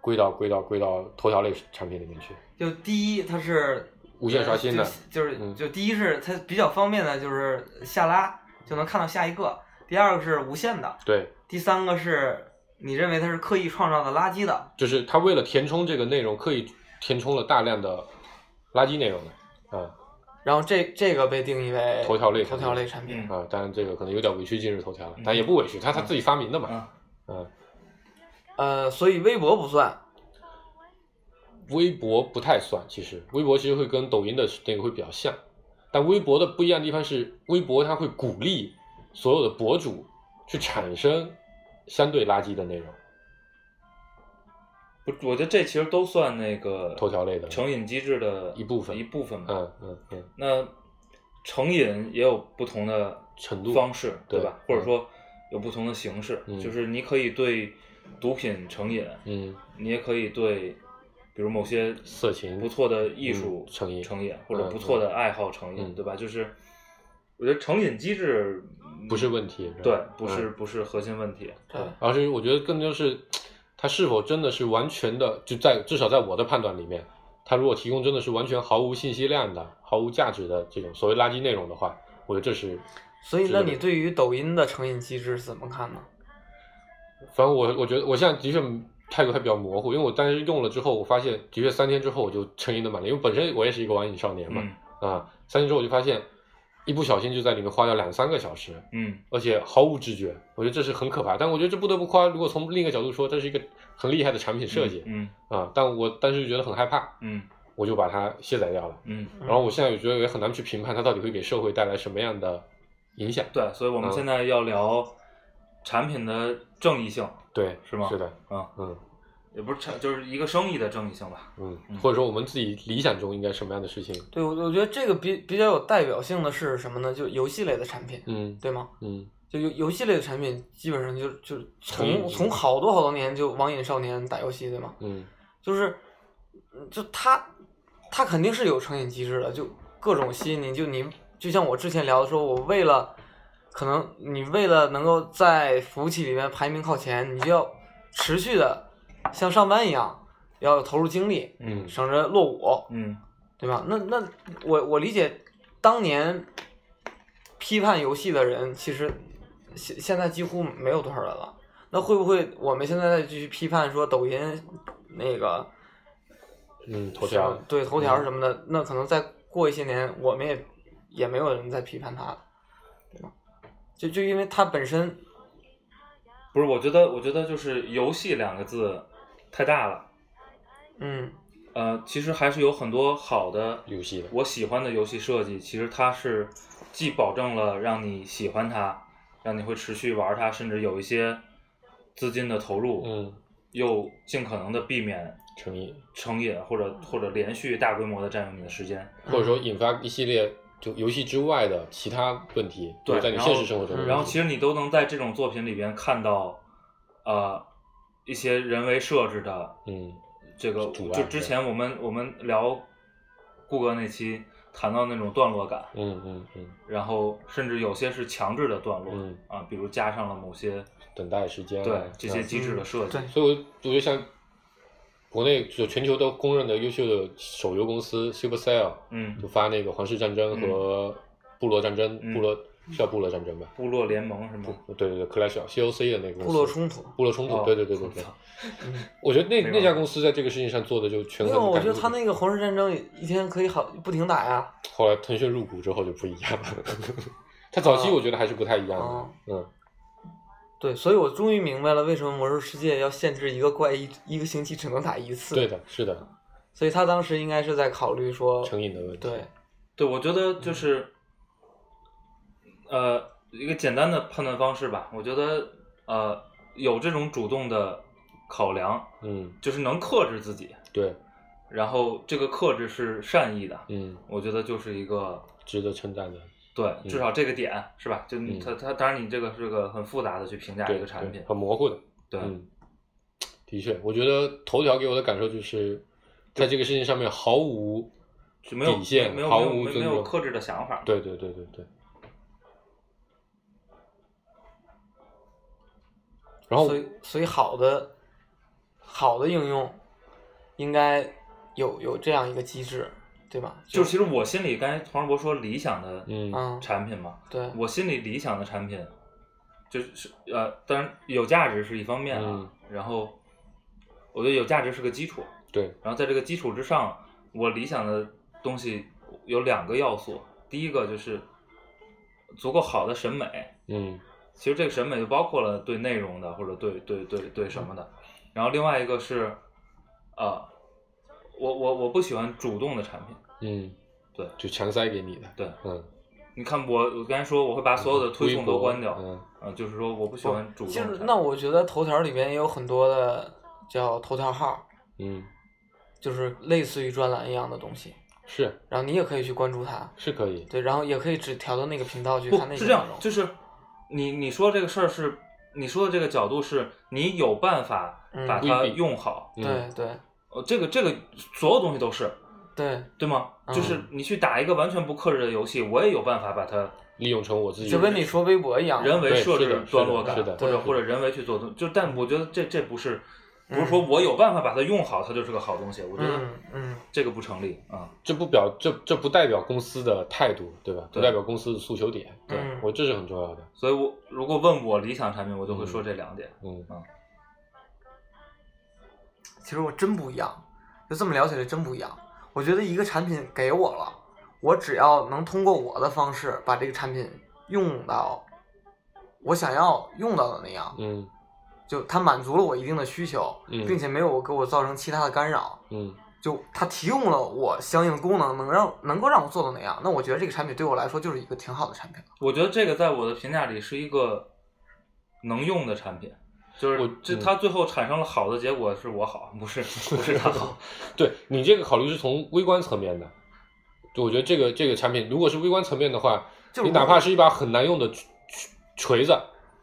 Speaker 4: 归到归到归到头条类产品里面去。
Speaker 3: 就第一，它是呃
Speaker 4: 无限刷新的，
Speaker 3: 就就是
Speaker 4: 嗯
Speaker 3: 就第一是它比较方便的，就是下拉就能看到下一个；第二个是无限的；
Speaker 4: 对，
Speaker 3: 第三个是你认为它是刻意创造的垃圾的，
Speaker 4: 就是他为了填充这个内容，刻意填充了大量的垃圾内容的，啊、
Speaker 3: 然后这这个被定义为
Speaker 4: 头条类
Speaker 3: 哎头条类产品。
Speaker 1: 嗯
Speaker 4: 啊、当然这个可能有点委屈今日头条了
Speaker 1: 嗯，
Speaker 4: 但也不委屈，他他
Speaker 1: 嗯
Speaker 4: 自己发明的嘛，
Speaker 1: 啊，
Speaker 4: 嗯、
Speaker 3: 呃，所以微博不算，
Speaker 4: 微博不太算，其实微博其实会跟抖音的那个会比较像，但微博的不一样的地方是，微博它会鼓励所有的博主去产生相对垃圾的内容，
Speaker 1: 不，我觉得这其实都算那个
Speaker 4: 头条类的
Speaker 1: 成瘾机制的
Speaker 4: 一部分
Speaker 1: 一部分吧。
Speaker 4: 嗯嗯嗯，
Speaker 1: 那成瘾也有不同的
Speaker 4: 程度
Speaker 1: 方式，
Speaker 4: 对
Speaker 1: 吧？
Speaker 4: 嗯
Speaker 1: 或者说有不同的形式，
Speaker 4: 嗯
Speaker 1: 就是你可以对毒品成瘾，
Speaker 4: 嗯，
Speaker 1: 你也可以对，比如某些
Speaker 4: 色情
Speaker 1: 不错的艺术
Speaker 4: 嗯成瘾
Speaker 1: 成瘾，或者
Speaker 4: 嗯
Speaker 1: 不错的爱好成瘾，
Speaker 4: 嗯
Speaker 1: 对吧？就是我觉得成瘾机制
Speaker 4: 不是问题，
Speaker 1: 对，不是、
Speaker 4: 嗯
Speaker 1: 不是核心问题，嗯
Speaker 3: 对，
Speaker 4: 而是我觉得更多是，它是否真的是完全的，就在至少在我的判断里面，它如果提供真的是完全毫无信息量的、毫无价值的这种所谓垃圾内容的话，我觉得这是
Speaker 3: 所以
Speaker 4: 是
Speaker 3: 那
Speaker 4: 的
Speaker 3: 你对于抖音的成瘾机制是怎么看呢？
Speaker 4: 反正我我觉得我现在的确态度还比较模糊，因为我当时用了之后，我发现的确三天之后我就成瘾的满了，因为本身我也是一个网瘾少年嘛，
Speaker 1: 嗯
Speaker 4: 啊，三天之后我就发现一不小心就在里面花掉两三个小时，
Speaker 1: 嗯
Speaker 4: 而且毫无知觉，我觉得这是很可怕。但我觉得这不得不夸，如果从另一个角度说，这是一个很厉害的产品设计、
Speaker 1: 嗯
Speaker 4: 啊，但我当时就觉得很害怕，
Speaker 1: 嗯
Speaker 4: 我就把它卸载掉了。
Speaker 1: 嗯，嗯
Speaker 4: 然后我现在也觉得也很难去评判它到底会给社会带来什么样的影响。
Speaker 1: 对，所以
Speaker 4: 嗯
Speaker 1: 我们现在要聊产品的正义性
Speaker 4: 对，
Speaker 1: 是吗
Speaker 4: 是的，
Speaker 1: 啊，
Speaker 4: 嗯
Speaker 1: 也不是产，就是一个生意的正义性吧，嗯
Speaker 4: 嗯，或者说我们自己理想中应该什么样的事情？
Speaker 3: 对我我觉得这个比比较有代表性的是什么呢？就是游戏类的产品，
Speaker 4: 嗯
Speaker 3: 对吗？
Speaker 4: 嗯，
Speaker 3: 就游游戏类的产品，基本上就就
Speaker 4: 成瘾
Speaker 3: 从
Speaker 4: 机制
Speaker 3: 从好多好多年就网瘾少年打游戏，对吗？
Speaker 4: 嗯，
Speaker 3: 就是，嗯就他他肯定是有成瘾机制的，就各种吸引你，就你就像我之前聊的说，我为了可能你为了能够在服务器里面排名靠前，你就要持续的像上班一样要投入精力，
Speaker 4: 嗯
Speaker 3: 省着落伍，
Speaker 1: 嗯
Speaker 3: 对吧？那那我我理解，当年批判游戏的人，其实现现在几乎没有多少人了。那会不会我们现在再继续批判说抖音那个
Speaker 4: 嗯，头
Speaker 1: 啊
Speaker 4: 条嗯
Speaker 3: 什么对头条什么的，那可能再过一些年，我们也也没有人再批判它了，对吧？就就因为它本身，
Speaker 1: 不是，我觉得，我觉得就是“游戏”两个字太大了。
Speaker 3: 嗯
Speaker 1: 呃，其实还是有很多好的
Speaker 4: 游戏的，
Speaker 1: 我喜欢的游戏设计，其实它是既保证了让你喜欢它，让你会持续玩它，甚至有一些资金的投入，
Speaker 4: 嗯，
Speaker 1: 又尽可能的避免
Speaker 4: 成瘾，
Speaker 1: 成瘾或者或者连续大规模的占用你的时间。
Speaker 4: 或者说引发一系列就游戏之外的其他问题，
Speaker 1: 对
Speaker 4: 就是在你
Speaker 1: 然后嗯
Speaker 4: 现实生活中的问题，
Speaker 1: 然后其实你都能在这种作品里边看到，呃，一些人为设置的
Speaker 4: 嗯
Speaker 1: 这个
Speaker 4: 阻
Speaker 1: 就
Speaker 4: 碍
Speaker 1: 之前我们我们聊顾哥那期谈到那种段落感，
Speaker 4: 嗯嗯嗯，
Speaker 1: 然后甚至有些是强制的段落、
Speaker 4: 嗯
Speaker 1: 啊，比如加上了某些
Speaker 4: 等待时间啊，
Speaker 1: 对这些
Speaker 4: 嗯
Speaker 1: 机制的设计，
Speaker 3: 嗯
Speaker 4: 所以我我就像国内就全球都公认的优秀的手游公司 Supercell，
Speaker 1: 嗯
Speaker 4: 就发那个《皇室战争》和《部落战争》，
Speaker 1: 嗯
Speaker 4: 部落是叫《部落战争》吧？
Speaker 1: 部落联盟什么，
Speaker 4: 对对对，Clash of COC 的那个公司
Speaker 3: 部落冲突。
Speaker 4: 部落冲突，
Speaker 1: 哦
Speaker 4: 对对对对对
Speaker 1: 操。
Speaker 4: 我觉得那
Speaker 1: 没办法
Speaker 4: 那家公司在这个事情上做的就全
Speaker 3: 没
Speaker 4: 国
Speaker 3: 有，
Speaker 4: 感
Speaker 3: 我觉
Speaker 4: 觉啊
Speaker 3: 得他那个皇室战争一天可以好不停打呀。
Speaker 4: 后来腾讯入股之后就不一样了。他早期我觉得还是不太一样
Speaker 3: 啊哦
Speaker 4: 的，嗯，
Speaker 3: 对，所以我终于明白了为什么《魔兽世界》要限制一个怪一一个星期只能打一次。
Speaker 4: 对，的，是的，
Speaker 3: 所以他当时应该是在考虑说，
Speaker 4: 成瘾的问题，
Speaker 3: 哦对，
Speaker 1: 对我觉得就是、呃一个简单的判断方式吧，我觉得呃有这种主动的考量，
Speaker 4: 嗯，
Speaker 1: 就是能克制自己，
Speaker 4: 对，
Speaker 1: 然后这个克制是善意的，
Speaker 4: 嗯，
Speaker 1: 我觉得就是一个。
Speaker 4: 值得称赞的，
Speaker 1: 对，
Speaker 4: 嗯
Speaker 1: 至少这个点、是吧？就你
Speaker 4: 嗯
Speaker 1: 它它当然你这个是个很复杂的去评价一
Speaker 4: 对
Speaker 1: 个产
Speaker 4: 对
Speaker 1: 品，
Speaker 4: 很模糊的，
Speaker 1: 对，
Speaker 4: 嗯，的确，我觉得头条给我的感受就是，在这个事情上面毫无
Speaker 1: 就没有
Speaker 4: 底线
Speaker 1: 没有
Speaker 4: 毫
Speaker 1: 没有
Speaker 4: 无
Speaker 1: 没有
Speaker 4: 尊
Speaker 1: 没有
Speaker 4: 重
Speaker 1: 克制的想法。
Speaker 4: 对对对对对。然后
Speaker 3: 所以所以好的好的应用，应该有有这样一个机制，对吧？
Speaker 1: 就其实我心里刚才童世博说理想的
Speaker 4: 嗯
Speaker 3: 嗯，
Speaker 1: 产品嘛，
Speaker 3: 对，
Speaker 1: 我心里理想的产品就是呃，当然有价值是一方面啊，
Speaker 4: 嗯
Speaker 1: 然后我觉得有价值是个基础，
Speaker 4: 对，
Speaker 1: 然后在这个基础之上，我理想的东西有两个要素，第一个就是足够好的审美，
Speaker 4: 嗯
Speaker 1: 其实这个审美就包括了对内容的，或者对对对对什么的。然后另外一个是，啊、我我我不喜欢主动的产品。
Speaker 4: 嗯，
Speaker 1: 对
Speaker 4: 就强塞给你的，
Speaker 1: 对，
Speaker 4: 嗯，
Speaker 1: 你看我我刚才说我会把所有的推
Speaker 4: 微
Speaker 1: 送
Speaker 4: 博
Speaker 1: 都关掉，
Speaker 4: 嗯
Speaker 1: 啊，就是说我不喜欢主动
Speaker 3: 其
Speaker 1: 的产
Speaker 3: 实
Speaker 1: 品。
Speaker 3: 那我觉得头条里边也有很多的叫头条号，
Speaker 4: 嗯，
Speaker 3: 就是类似于专栏一样的东西，
Speaker 4: 是
Speaker 3: 然后你也可以去关注它，
Speaker 4: 是可以，
Speaker 3: 对，然后也可以只调到那个频道去看
Speaker 1: 不
Speaker 3: 那
Speaker 1: 是
Speaker 3: 些
Speaker 1: 这
Speaker 3: 内
Speaker 1: 样
Speaker 3: 容，，
Speaker 1: 就是你你说这个事儿是你说的这个角度是你有办法
Speaker 3: 嗯
Speaker 1: 把它
Speaker 4: 规避
Speaker 1: 用好，
Speaker 4: 嗯
Speaker 3: 对对
Speaker 1: 呃，这个这个所有东西都是
Speaker 3: 对，
Speaker 1: 对吗？
Speaker 3: 嗯
Speaker 1: 就是你去打一个完全不克制的游戏，我也有办法把它
Speaker 4: 利用成我自己，
Speaker 3: 就跟你说微博一样，
Speaker 1: 人为
Speaker 4: 对
Speaker 1: 设
Speaker 4: 是
Speaker 1: 置
Speaker 4: 的是
Speaker 1: 段
Speaker 4: 的
Speaker 1: 落感，
Speaker 4: 是的
Speaker 1: 或者
Speaker 3: 对
Speaker 1: 或者人为去做东，就但我觉得这这不是，不是
Speaker 3: 嗯
Speaker 1: 说我有办法把它用好，它就是个好东西。我觉得
Speaker 3: 嗯嗯，
Speaker 1: 这个不成立啊。
Speaker 4: 这不表这这不代表公司的态度，对吧？
Speaker 1: 对
Speaker 4: 不代表公司的诉求点，
Speaker 1: 对
Speaker 3: 嗯
Speaker 4: 我这是很重要的，
Speaker 1: 所以我如果问我理想产品，我就会说这两点。
Speaker 4: 嗯
Speaker 3: 其实我真不一样，就这么聊起来真不一样。我觉得一个产品给我了，我只要能通过我的方式把这个产品用到我想要用到的那样，
Speaker 4: 嗯
Speaker 3: 就它满足了我一定的需求，
Speaker 4: 嗯
Speaker 3: 并且没有给我造成其他的干扰，
Speaker 4: 嗯
Speaker 3: 就它提供了我相应的功能，能让能够让我做到那样，那我觉得这个产品对我来说就是一个挺好的产品了。
Speaker 1: 我觉得这个在我的评价里是一个能用的产品，就是
Speaker 4: 我
Speaker 1: 这
Speaker 4: 嗯
Speaker 1: 它最后产生了好的结果是我好，不 是不是它好。
Speaker 4: 对你这个考虑是从微观层面的，就我觉得这个这个产品如果是微观层面的话，
Speaker 3: 就
Speaker 4: 你
Speaker 3: 如
Speaker 4: 哪
Speaker 3: 果
Speaker 4: 怕是一把很难用的锤锤子，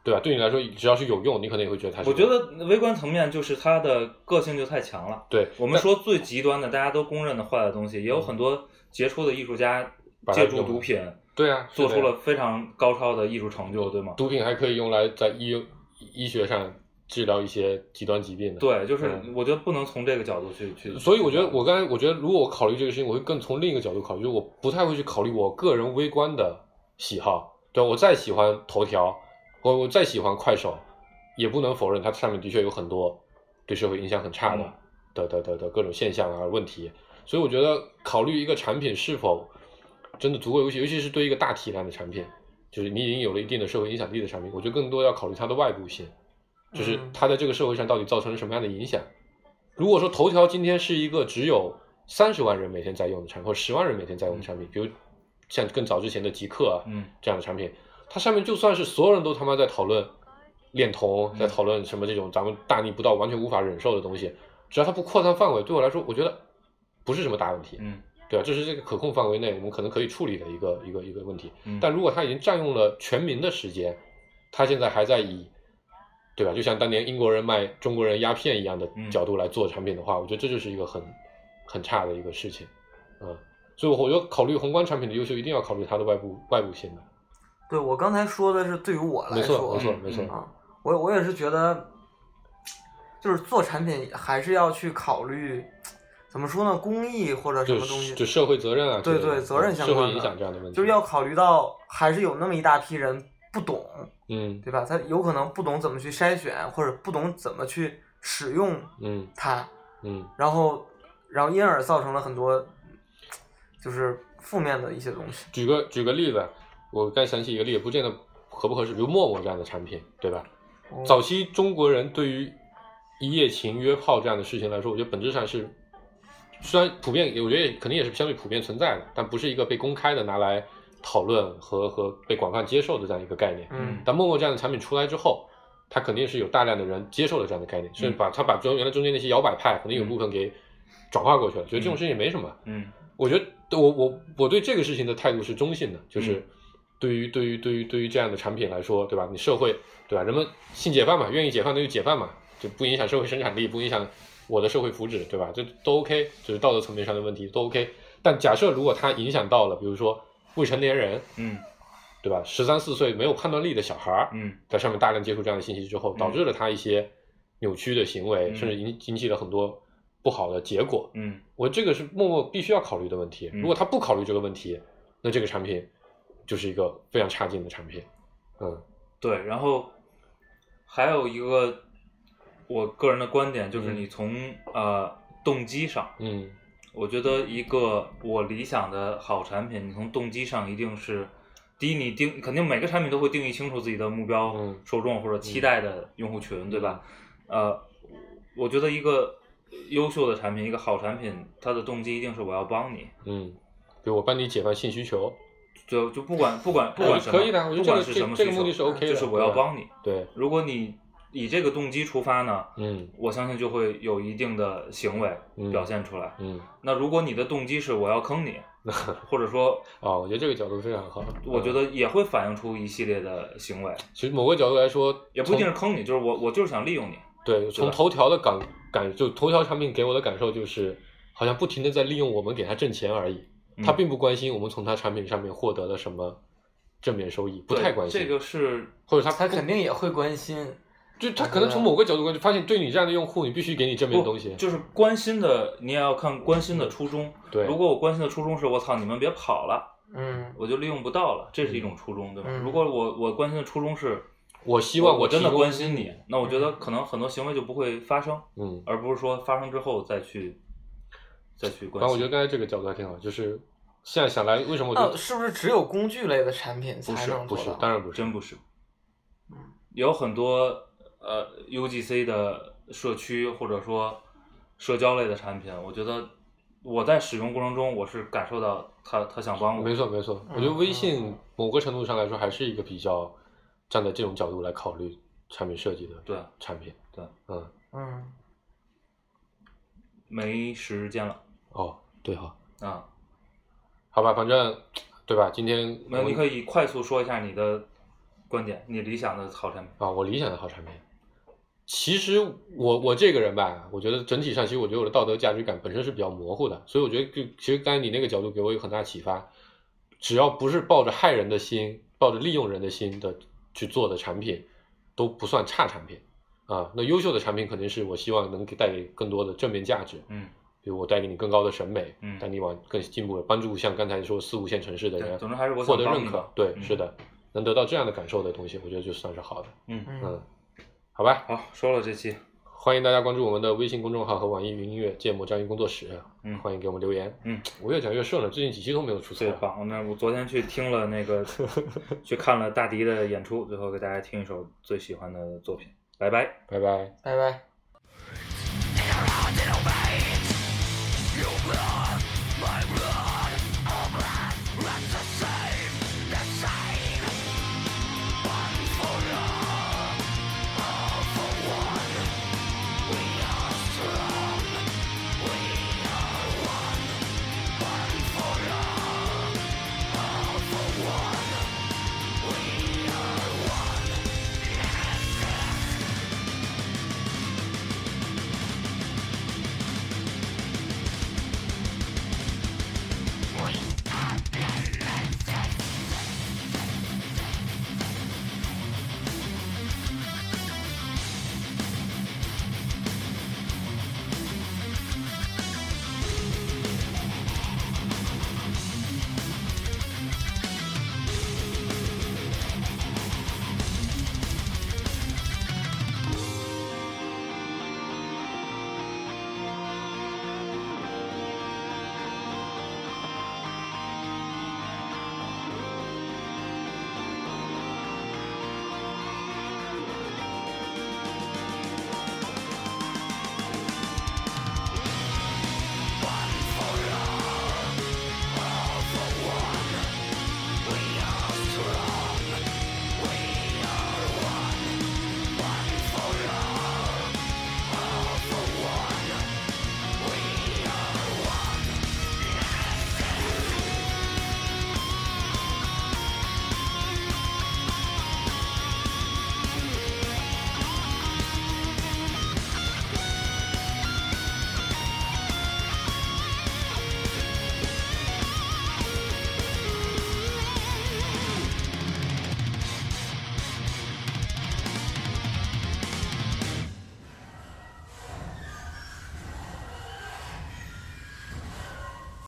Speaker 4: 对吧？对你来说，只要是有用，你可能也会觉得它是。
Speaker 1: 我觉得微观层面就是它的个性就太强了。
Speaker 4: 对，
Speaker 1: 我们说最极端的，大家都公认的坏的东西，也有很多杰出的艺术家
Speaker 4: 嗯把它
Speaker 1: 借助
Speaker 4: 用了
Speaker 1: 毒品
Speaker 4: 对啊，
Speaker 1: 做
Speaker 4: 是
Speaker 1: 出
Speaker 4: 的呀
Speaker 1: 了非常高超的艺术成就，对吗？
Speaker 4: 毒品还可以用来在医医学上治疗一些极端疾病的。，
Speaker 1: 对，就是
Speaker 4: 嗯
Speaker 1: 我觉得不能从这个角度去去。
Speaker 4: 所以我觉得我刚才我觉得，如果我考虑这个事情，我会更从另一个角度考虑，就是我不太会去考虑我个人微观的喜好。对吧我再喜欢头条，我我再喜欢快手，也不能否认它上面的确有很多对社会影响很差的、
Speaker 1: 嗯
Speaker 4: 的的的的各种现象啊问题。所以我觉得考虑一个产品是否真的足够优秀，尤其是对一个大体量的产品，就是你已经有了一定的社会影响力的产品，我觉得更多要考虑它的外部性，就是
Speaker 3: 嗯
Speaker 4: 它在这个社会上到底造成了什么样的影响。如果说头条今天是一个只有三十万人每天在用的产品，或十万人每天在用的产品，比如像更早之前的极客啊
Speaker 1: 嗯
Speaker 4: 这样的产品，它上面就算是所有人都他妈在讨论恋童，
Speaker 1: 嗯
Speaker 4: 在讨论什么这种咱们大逆不道、完全无法忍受的东西，只要它不扩散范围，对我来说，我觉得不是什么大问题。
Speaker 1: 嗯
Speaker 4: 对啊，这是这个可控范围内我们可能可以处理的一个一个一个问题。
Speaker 1: 嗯，
Speaker 4: 但如果它已经占用了全民的时间，它现在还在以，对吧？就像当年英国人卖中国人鸦片一样的
Speaker 1: 嗯
Speaker 4: 角度来做产品的话，我觉得这就是一个很很差的一个事情，嗯。所以我觉得考虑宏观产品的优秀，一定要考虑它的外部外部性的。
Speaker 3: 对我刚才说的是对于我来
Speaker 4: 没
Speaker 3: 说，
Speaker 4: 错，没错，没
Speaker 1: 嗯
Speaker 4: 错。
Speaker 3: 啊，我我也是觉得，就是做产品还是要去考虑，怎么说呢，公益或嗯者什
Speaker 4: 就
Speaker 3: 么东西，
Speaker 4: 是就社会责任啊，
Speaker 3: 对
Speaker 4: 这种
Speaker 3: 对责任
Speaker 4: 嗯
Speaker 3: 相
Speaker 4: 社会
Speaker 3: 关
Speaker 4: 影
Speaker 3: 的
Speaker 4: 响这样的问题，
Speaker 3: 就是要考虑到还是有那么一大批人不懂，
Speaker 4: 嗯
Speaker 3: 对吧？他有可能不懂怎么去筛选，或者不懂怎么去使用
Speaker 4: 嗯
Speaker 3: 它，
Speaker 4: 嗯，
Speaker 3: 然后然后因而造成了很多就是负面的一些东西。
Speaker 4: 举个举个例子，啊我刚想起一个例子，不见得合不合适，比如陌陌这样的产品，对吧？早期中国人对于一夜情、约炮这样的事情来说，我觉得本质上是虽然普遍，我觉得也肯定也是相对普遍存在的，但不是一个被公开的拿来讨论和和被广泛接受的这样一个概念。
Speaker 3: 嗯
Speaker 4: 但陌陌这样的产品出来之后，它肯定是有大量的人接受了这样的概念，甚至把它把中原来中间那些摇摆派，肯定有部分给转化过去了，觉得这种事情也没什么。
Speaker 1: 嗯
Speaker 4: 我觉得我我我对这个事情的态度是中性的，
Speaker 1: 嗯
Speaker 4: 就是对于对于对于对于这样的产品来说，对吧？你社会对吧？人们性解放嘛，愿意解放那就解放嘛，就不影响社会生产力，不影响我的社会福祉，对吧？这都 OK，就是道德层面上的问题都 OK。但假设如果它影响到了，比如说未成年人，
Speaker 1: 嗯
Speaker 4: 对吧？十三四岁没有判断力的小孩儿，
Speaker 1: 嗯
Speaker 4: 在上面大量接触这样的信息之后，导致了他一些扭曲的行为，
Speaker 1: 嗯
Speaker 4: 甚至引引起了很多不好的结果。
Speaker 1: 嗯
Speaker 4: 我这个是默默必须要考虑的问题。
Speaker 1: 嗯
Speaker 4: 如果他不考虑这个问题，那这个产品就是一个非常差劲的产品。嗯
Speaker 1: 对，然后还有一个我个人的观点就是，
Speaker 4: 嗯
Speaker 1: 你从、呃动机上，
Speaker 4: 嗯
Speaker 1: 我觉得一个我理想的好产品，你从动机上一定是，第一，你定肯定每个产品都会定义清楚自己的目标
Speaker 4: 嗯
Speaker 1: 受众或者期待的用户群，对吧？呃，我觉得一个优秀的产品，一个好产品，它的动机一定是我要帮你，
Speaker 4: 嗯，比如我帮你解放性需求，
Speaker 1: 就就不管不管不
Speaker 4: 我
Speaker 1: 管
Speaker 4: 觉
Speaker 1: 什
Speaker 4: 得
Speaker 1: 么，
Speaker 4: 可以的我
Speaker 1: 不
Speaker 4: 觉得这
Speaker 1: 管
Speaker 4: 个
Speaker 1: 是
Speaker 4: 这
Speaker 1: 什么
Speaker 4: 这
Speaker 1: 需
Speaker 4: 个
Speaker 1: 求，
Speaker 4: 目的是 OK 的
Speaker 1: 就是我要
Speaker 4: 对
Speaker 1: 帮你。
Speaker 4: 对，
Speaker 1: 如果你以这个动机出发呢，
Speaker 4: 嗯
Speaker 1: 我相信就会有一定的行为
Speaker 4: 嗯
Speaker 1: 表现出来。
Speaker 4: 嗯，
Speaker 1: 那如果你的动机是我要坑 你，或者说
Speaker 4: 啊，我觉得这个角度非常好。
Speaker 1: 我觉
Speaker 4: 嗯
Speaker 1: 得也会反映出一系列的行为，
Speaker 4: 其实某个角度来说，
Speaker 1: 也不一定是坑你，就是我我就是想利用你。
Speaker 4: 对，从
Speaker 1: 吧
Speaker 4: 头条的感感，就头条产品给我的感受就是，好像不停的在利用我们给他挣钱而已，他
Speaker 1: 嗯
Speaker 4: 并不关心我们从他产品上面获得了什么正面收益，不
Speaker 1: 对
Speaker 4: 太关心。
Speaker 1: 这个是
Speaker 4: 或者他
Speaker 3: 他
Speaker 4: 不
Speaker 3: 肯定也会关心，
Speaker 4: 就他可能从某个角度关注，发现对你这样的用户，你必须给你正面的东西。嗯
Speaker 1: 就是关心的，你也要看关心的初衷。
Speaker 4: 对，
Speaker 1: 如果我关心的初衷是我操你们别跑了，
Speaker 3: 嗯
Speaker 1: 我就利用不到了，这是一种初衷，对吧？
Speaker 3: 嗯
Speaker 1: 如果我我关心的初衷是
Speaker 4: 我希望
Speaker 1: 我真
Speaker 4: 提
Speaker 1: 的
Speaker 4: 供
Speaker 1: 关心你，，那我觉得可能很多行为就不会发生，
Speaker 4: 嗯，
Speaker 1: 而不是说发生之后再去再去
Speaker 4: 反
Speaker 1: 关
Speaker 4: 正
Speaker 1: 心。
Speaker 4: 我觉得刚才这个角度还挺好，就是现在想来，为什么我觉
Speaker 3: 那
Speaker 4: 得
Speaker 3: 哦是不是只有工具类的产品才
Speaker 1: 不是
Speaker 3: 能
Speaker 4: 不
Speaker 3: 做
Speaker 4: 是
Speaker 3: 到？，
Speaker 4: 当然不是，
Speaker 1: 真不是。有很多呃 UGC 的社区或者说社交类的产品，我觉得我在使用过程中，我是感受到他他想帮我。
Speaker 4: 没错没错，
Speaker 1: 嗯
Speaker 4: 我觉得微信某个程度上来说还是一个比较站在这种角度来考虑产品设计的
Speaker 1: 对
Speaker 4: 产品。
Speaker 1: 对，
Speaker 4: 嗯，
Speaker 3: 嗯，
Speaker 1: 没时间了
Speaker 4: 哦，对哈，
Speaker 1: 啊，
Speaker 4: 好吧，反正对吧？今天
Speaker 1: 没有，
Speaker 4: 我
Speaker 1: 你可以快速说一下你的观点，你理想的好产品。
Speaker 4: 啊，我理想的好产品。其实我我这个人吧，我觉得整体上，其实我觉得我的道德价值感本身是比较模糊的，所以我觉得就其实刚才你那个角度给我有很大启发。只要不是抱着害人的心，抱着利用人的心的去做的产品，都不算差产品啊。那优秀的产品肯定是我希望能给带给更多的正面价值，
Speaker 1: 嗯，
Speaker 4: 比如我带给你更高的审美，
Speaker 1: 嗯
Speaker 4: 带你往更进步的，帮助像刚才说四五线城市的
Speaker 1: 对
Speaker 4: 人
Speaker 1: 总之还是我
Speaker 4: 获
Speaker 1: 想
Speaker 4: 得
Speaker 1: 帮
Speaker 4: 认
Speaker 1: 你
Speaker 4: 可
Speaker 1: 吧。
Speaker 4: 对，
Speaker 1: 嗯
Speaker 4: 是的，能得到这样的感受的东西，我觉得就算是好的。
Speaker 1: 嗯，
Speaker 4: 嗯
Speaker 3: 嗯，，
Speaker 4: 好吧，
Speaker 1: 好，说了这期，
Speaker 4: 欢迎大家关注我们的微信公众号和网易云音乐“芥末章鱼工作室”，
Speaker 1: 嗯
Speaker 4: 欢迎给我们留言。
Speaker 1: 嗯，
Speaker 4: 我越讲越顺了，最近几期都没有出错
Speaker 1: 最。棒。那我昨天去听了那 个，去看了大迪的演出，最后给大家听一首最喜欢的作品，拜拜。
Speaker 4: 拜拜。
Speaker 3: 拜拜。